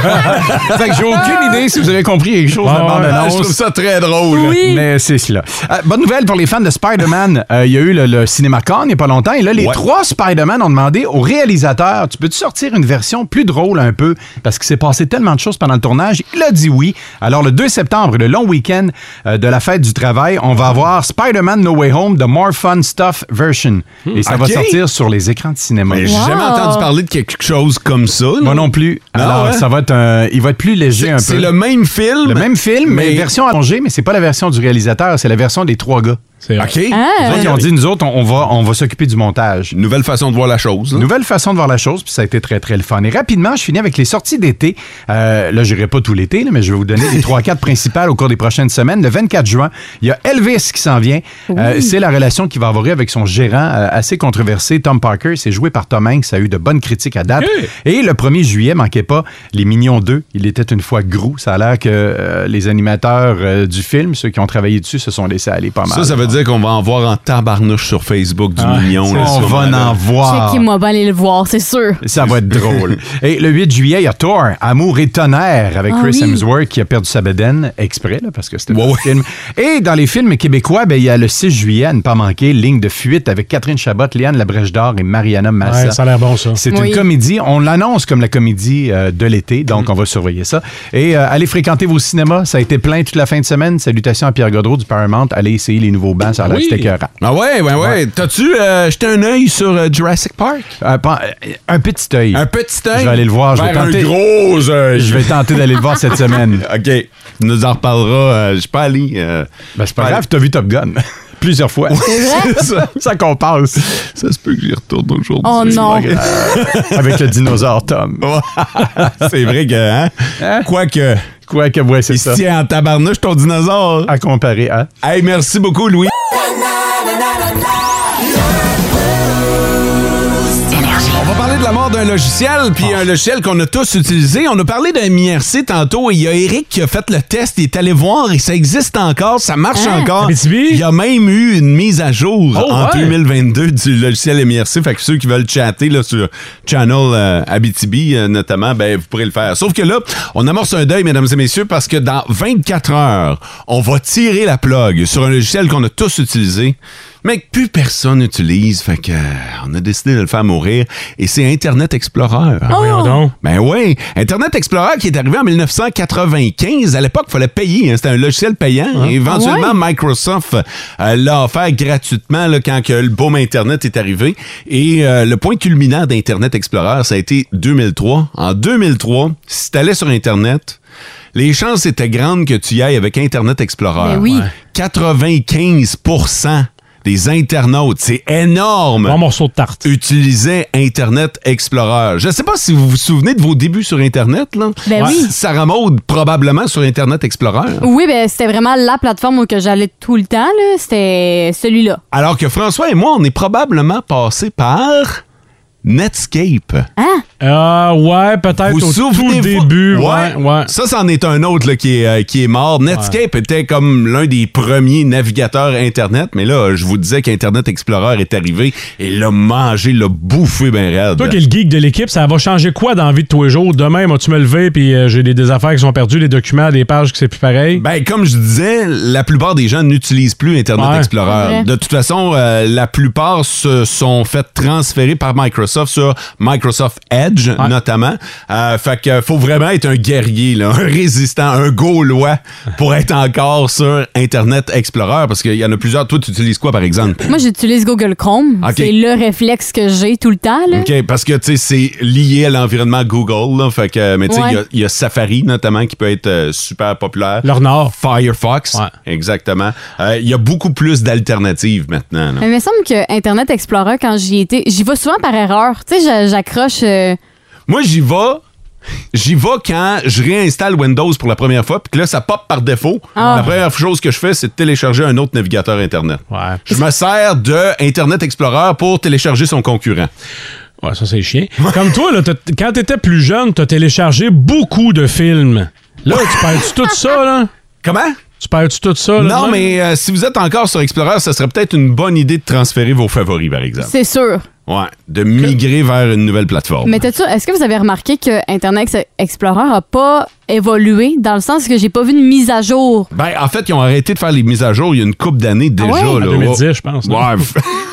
fait que j'ai aucune idée si vous avez compris quelque chose de la Ouais, bande-annonce. je trouve ça très drôle. Oui. Mais c'est cela. Euh, bonne nouvelle pour les fans de Spider-Man. Euh, Il y a eu le, le CinemaCon il n'y a pas longtemps. Et là, les Ouais. trois Spider-Man ont demandé au réalisateur Tu peux-tu sortir une version plus drôle un peu Parce qu'il s'est passé tellement de choses pendant le tournage. Il a dit oui. Alors, le 2 septembre, le long week-end euh, de la fête du travail, on va avoir Spider-Man No Way Home, The More Fun Stuff Version. Et ça Hmm. Ok. va sortir sur les écrans de cinéma. Mais J'ai jamais entendu parler de quelque chose comme ça. là. Moi non plus. Alors, ouais? ça va être un- il va être plus léger hein? C'est- un peu. c'est le même film. Le même film, mais, Mais- version allongée, mais c'est pas la version du réalisateur, c'est la version des trois gars. OK. Hein? Nous autres, ils ont dit, nous autres, on on va, on va s'occuper du montage. Nouvelle façon de voir la chose. là. Nouvelle façon de voir la chose, puis ça a été très, très le fun. Et rapidement, je finis avec les sorties d'été. Euh, là, je n'irai pas tout l'été, là, mais je vais vous donner les 3-4 principales au cours des prochaines semaines. Le 24 juin, il y a Elvis qui s'en vient. Euh, Oui. c'est la relation qu'il va avoir avec son gérant euh, assez controversé, Tom Parker. C'est joué par Tom Hanks. Ça a eu de bonnes critiques à date. Et le 1er juillet, manquez pas, Les Mignons 2. Il était une fois Grou. Ça a l'air que euh, les animateurs euh, du film, ceux qui ont travaillé dessus, se sont laissés aller pas mal. Ça, ça veut dire qu'on va en voir en tabarnouche sur Facebook du Ah, mignon. là, on sûrement, va là. en voir. Check, moi bien aller ben, le voir, c'est sûr. Ça va être drôle. Et le 8 juillet, il y a Thor, Amour et tonnerre, avec Ah Chris oui. Hemsworth qui a perdu sa bedaine exprès, là, parce que c'était un film. Et dans les films québécois, ben, il y a le 6 juillet, à ne pas manquer, Ligne de fuite avec Catherine Chabot, Léane Labrèche d'Or et Mariana Massa. Ouais, ça a l'air bon, ça. C'est Oui. une comédie. On l'annonce comme la comédie euh, de l'été, donc on va surveiller ça. Et euh, allez fréquenter vos cinémas. Ça a été plein toute la fin de semaine. Salutations à Pierre Godreau du Paramount. Allez essayer les nouveaux bancs. Ça a l'air Oui. c'était écœurant. Ah ouais, ouais, ouais. Ouais. T'as-tu euh, jeté un œil sur euh, Jurassic Park? Un, pan- Euh, un petit œil. Un petit œil? Je vais aller le voir. Je vais Vers tenter. Un gros œil. Je vais tenter d'aller le voir cette semaine. OK. Tu nous en reparleras. euh, je peux aller. euh, Ben, c'est pas grave, t'as vu Top Gun plusieurs fois. C'est ça. ça qu'on passe. Ça se peut que j'y retourne aujourd'hui. Oh non. C'est pas grave. Euh, Avec le dinosaure Tom. c'est vrai que, hein? Quoique. Quoique, ouais, c'est ça. Il se tient en tabarnouche, ton dinosaure. À comparer, hein? Hey, merci beaucoup, Louis. On va parler de la mort d'un logiciel, puis un logiciel qu'on a tous utilisé. On a parlé d'un IRC tantôt et il y a Eric qui a fait le test, il est allé voir et ça existe encore, ça marche Hein? encore. Il y a même eu une mise à jour Oh, en ouais. 2022 du logiciel MIRC. Fait que ceux qui veulent chatter là, sur Channel euh, Abitibi euh, notamment, ben, vous pourrez le faire. Sauf que là, on amorce un deuil, mesdames et messieurs, parce que dans 24 heures, on va tirer la plug sur un logiciel qu'on a tous utilisé, mais que plus personne n'utilise. Fait que euh, on a décidé de le faire mourir. Et c'est Internet Explorer. Ah, voyons donc. Ben oui, Internet Explorer qui est arrivé en 1995. À l'époque, il fallait payer. hein. C'était un logiciel payant. Et Éventuellement, Ah ouais? Microsoft euh, l'a offert gratuitement là, quand que le boom Internet est arrivé. Et euh, le point culminant d'Internet Explorer, ça a été 2003. En 2003, si tu allais sur Internet, les chances étaient grandes que tu y ailles avec Internet Explorer. Ben oui. Ouais. 95 des internautes, c'est énorme. Un morceau de tarte. Utilisaient Internet Explorer. Je sais pas si vous vous souvenez de vos débuts sur Internet là. Ben Ouais. oui. Sarah Maud probablement sur Internet Explorer. Oui, ben c'était vraiment la plateforme où que j'allais tout le temps, là. C'était celui-là. Alors que François et moi, on est probablement passé par Netscape. Hein? Ah, ouais, peut-être Vous au tout souvenez-vous- début. Ouais, ouais. Ça, c'en est un autre là, qui, est, euh, qui est mort. Netscape était comme l'un des premiers navigateurs Internet, mais là, je vous disais qu'Internet Explorer est arrivé et l'a mangé, l'a bouffé ben raide. Toi qui es le geek de l'équipe, ça va changer quoi dans la vie de tous les jours? Demain, moi, tu me lever puis euh, j'ai des, des affaires qui sont perdues, des documents, des pages que c'est plus pareil. Ben, comme je disais, la plupart des gens n'utilisent plus Internet Ouais. Explorer. Ouais. De toute façon, euh, la plupart se sont fait transférer par Microsoft sur Microsoft Edge, notamment. Euh, fait que faut vraiment être un guerrier, là, un résistant, un gaulois pour être encore sur Internet Explorer, parce qu'il y en a plusieurs. Toi, tu utilises quoi, par exemple? Moi, j'utilise Google Chrome. Ok. C'est le réflexe que j'ai tout le temps. Là. OK, parce que, tu sais, c'est lié à l'environnement Google, là, fait que, mais tu sais, il y a- Ouais. il y, a Safari, notamment, qui peut être euh, super populaire. L'Ornard. Firefox. Exactement. Euh, Il y a beaucoup plus d'alternatives maintenant. là. Mais il me semble que Internet Explorer, quand j'y étais, j'y vais souvent par erreur. Tu sais, j'a- j'accroche. euh, Moi, j'y vais. J'y vais quand je réinstalle Windows pour la première fois, puis que là, ça pop par défaut. Ah. La première chose que je fais, c'est de télécharger un autre navigateur Internet. Je me sers de Internet Explorer pour télécharger son concurrent. Ouais, ça, c'est chiant. Comme toi, là, t'as- quand t'étais plus jeune, t'as téléchargé beaucoup de films. Là, tu perds-tu tout ça, là? Comment? Tu perds-tu tout ça, là? Non, mais euh, si vous êtes encore sur Explorer, ça serait peut-être une bonne idée de transférer vos favoris, par exemple. C'est sûr. Ouais, de migrer vers une nouvelle plateforme. Mais t'as-tu- est-ce que vous avez remarqué que Internet Ex- Explorer a pas évolué dans le sens que j'ai pas vu de mise à jour? Ben, en fait, ils ont arrêté de faire les mises à jour il y a une couple d'années déjà. Ah ouais? En là. 2010, je pense, là. Ouais.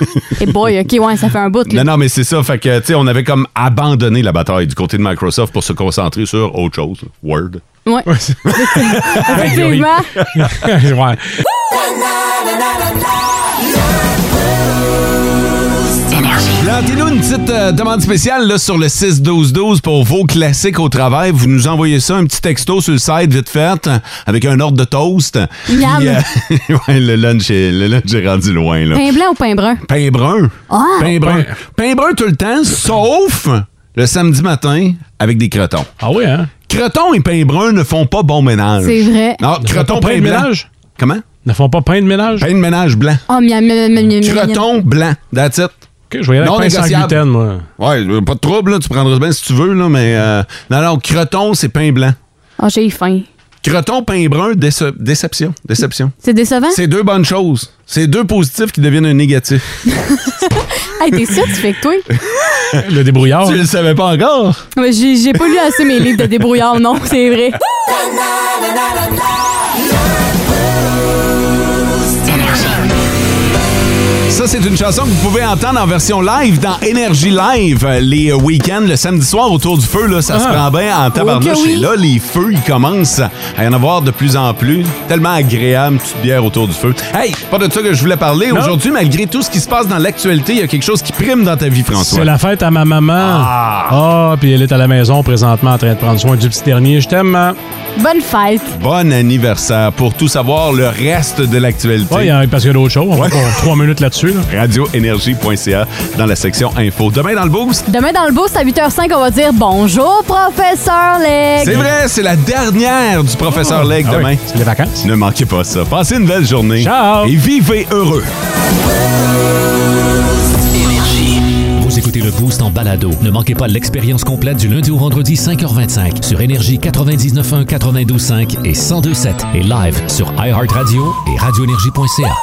Et Eh boy, OK, ouais, ça fait un bout. Non, Là. non, mais c'est ça. Fait que, tu sais, on avait comme abandonné la bataille du côté de Microsoft pour se concentrer sur autre chose. Word. Ouais. Effectivement. ouais. Plantez-nous une petite euh, demande spéciale là, sur le 6-12-12 pour vos classiques au travail. Vous nous envoyez ça, un petit texto sur le site, vite fait, euh, avec un ordre de toast. Puis, euh, Miam. ouais, le lunch, est- le lunch est rendu loin. Là. Pain blanc ou pain brun? Pain brun. Ah! Pain brun. Pain brun tout le temps, sauf le samedi matin avec des crotons. Ah oui, hein? Crotons et pain brun ne font pas bon ménage. C'est vrai. Non, Ne croton, font pas pain, pain de blanc. ménage? Comment? Ne font pas pain de ménage? Pain de ménage blanc. Oh, miam, miam, miam, miam, miam, miam. Croton blanc, that's it. OK, je vais y aller Non avec pain sans négociable. gluten, moi. Ouais, euh, pas de trouble, là, tu prendras bien si tu veux, là, mais... euh, non, non, croton, c'est pain blanc. Oh, j'ai eu faim. Croton, pain brun, déce- déception. Déception. C'est décevant? C'est deux bonnes choses. C'est deux positifs qui deviennent un négatif. Hey, Ah, t'es sûr, tu fais que toi? le débrouillard. Tu le savais pas encore? Mais J'ai j'ai pas lu assez mes livres de débrouillard, non, c'est vrai. Ça, c'est une chanson que vous pouvez entendre en version live dans Énergie Live euh, les euh, week-ends, le samedi soir autour du feu. Là, ça Ah. se prend bien en tabarnouche. Ok, oui. Et là, les feux, ils commencent à y en avoir de plus en plus. Tellement agréable, une petite bière autour du feu. Hey, pas de ça que je voulais parler. Aujourd'hui, malgré tout ce qui se passe dans l'actualité, il y a quelque chose qui prime dans ta vie, François. C'est la fête à ma maman. Ah, puis elle est à la maison présentement en train de prendre soin du petit dernier. Je t'aime, maman. Bonne fête. Bon anniversaire. Pour tout savoir, le reste de l'actualité. Ouais, hein. il y a- parce qu'il y a d'autres choses. On va Ouais. pas- trois minutes là-dessus. là. Radioénergie.ca dans la section info. Demain dans le boost. Demain dans le boost à 8h05, on va dire bonjour, professeur Leg. C'est vrai, c'est la dernière du professeur Leg Ah oui, demain. c'est les vacances. Ne manquez pas ça. Passez une belle journée. Ciao. Et vivez heureux. Vous écoutez le Boost en balado. Ne manquez pas l'expérience complète du lundi au vendredi 5h25 sur Énergie 99.1, 92.5 et 102.7 et live sur iHeartRadio et radioénergie.ca.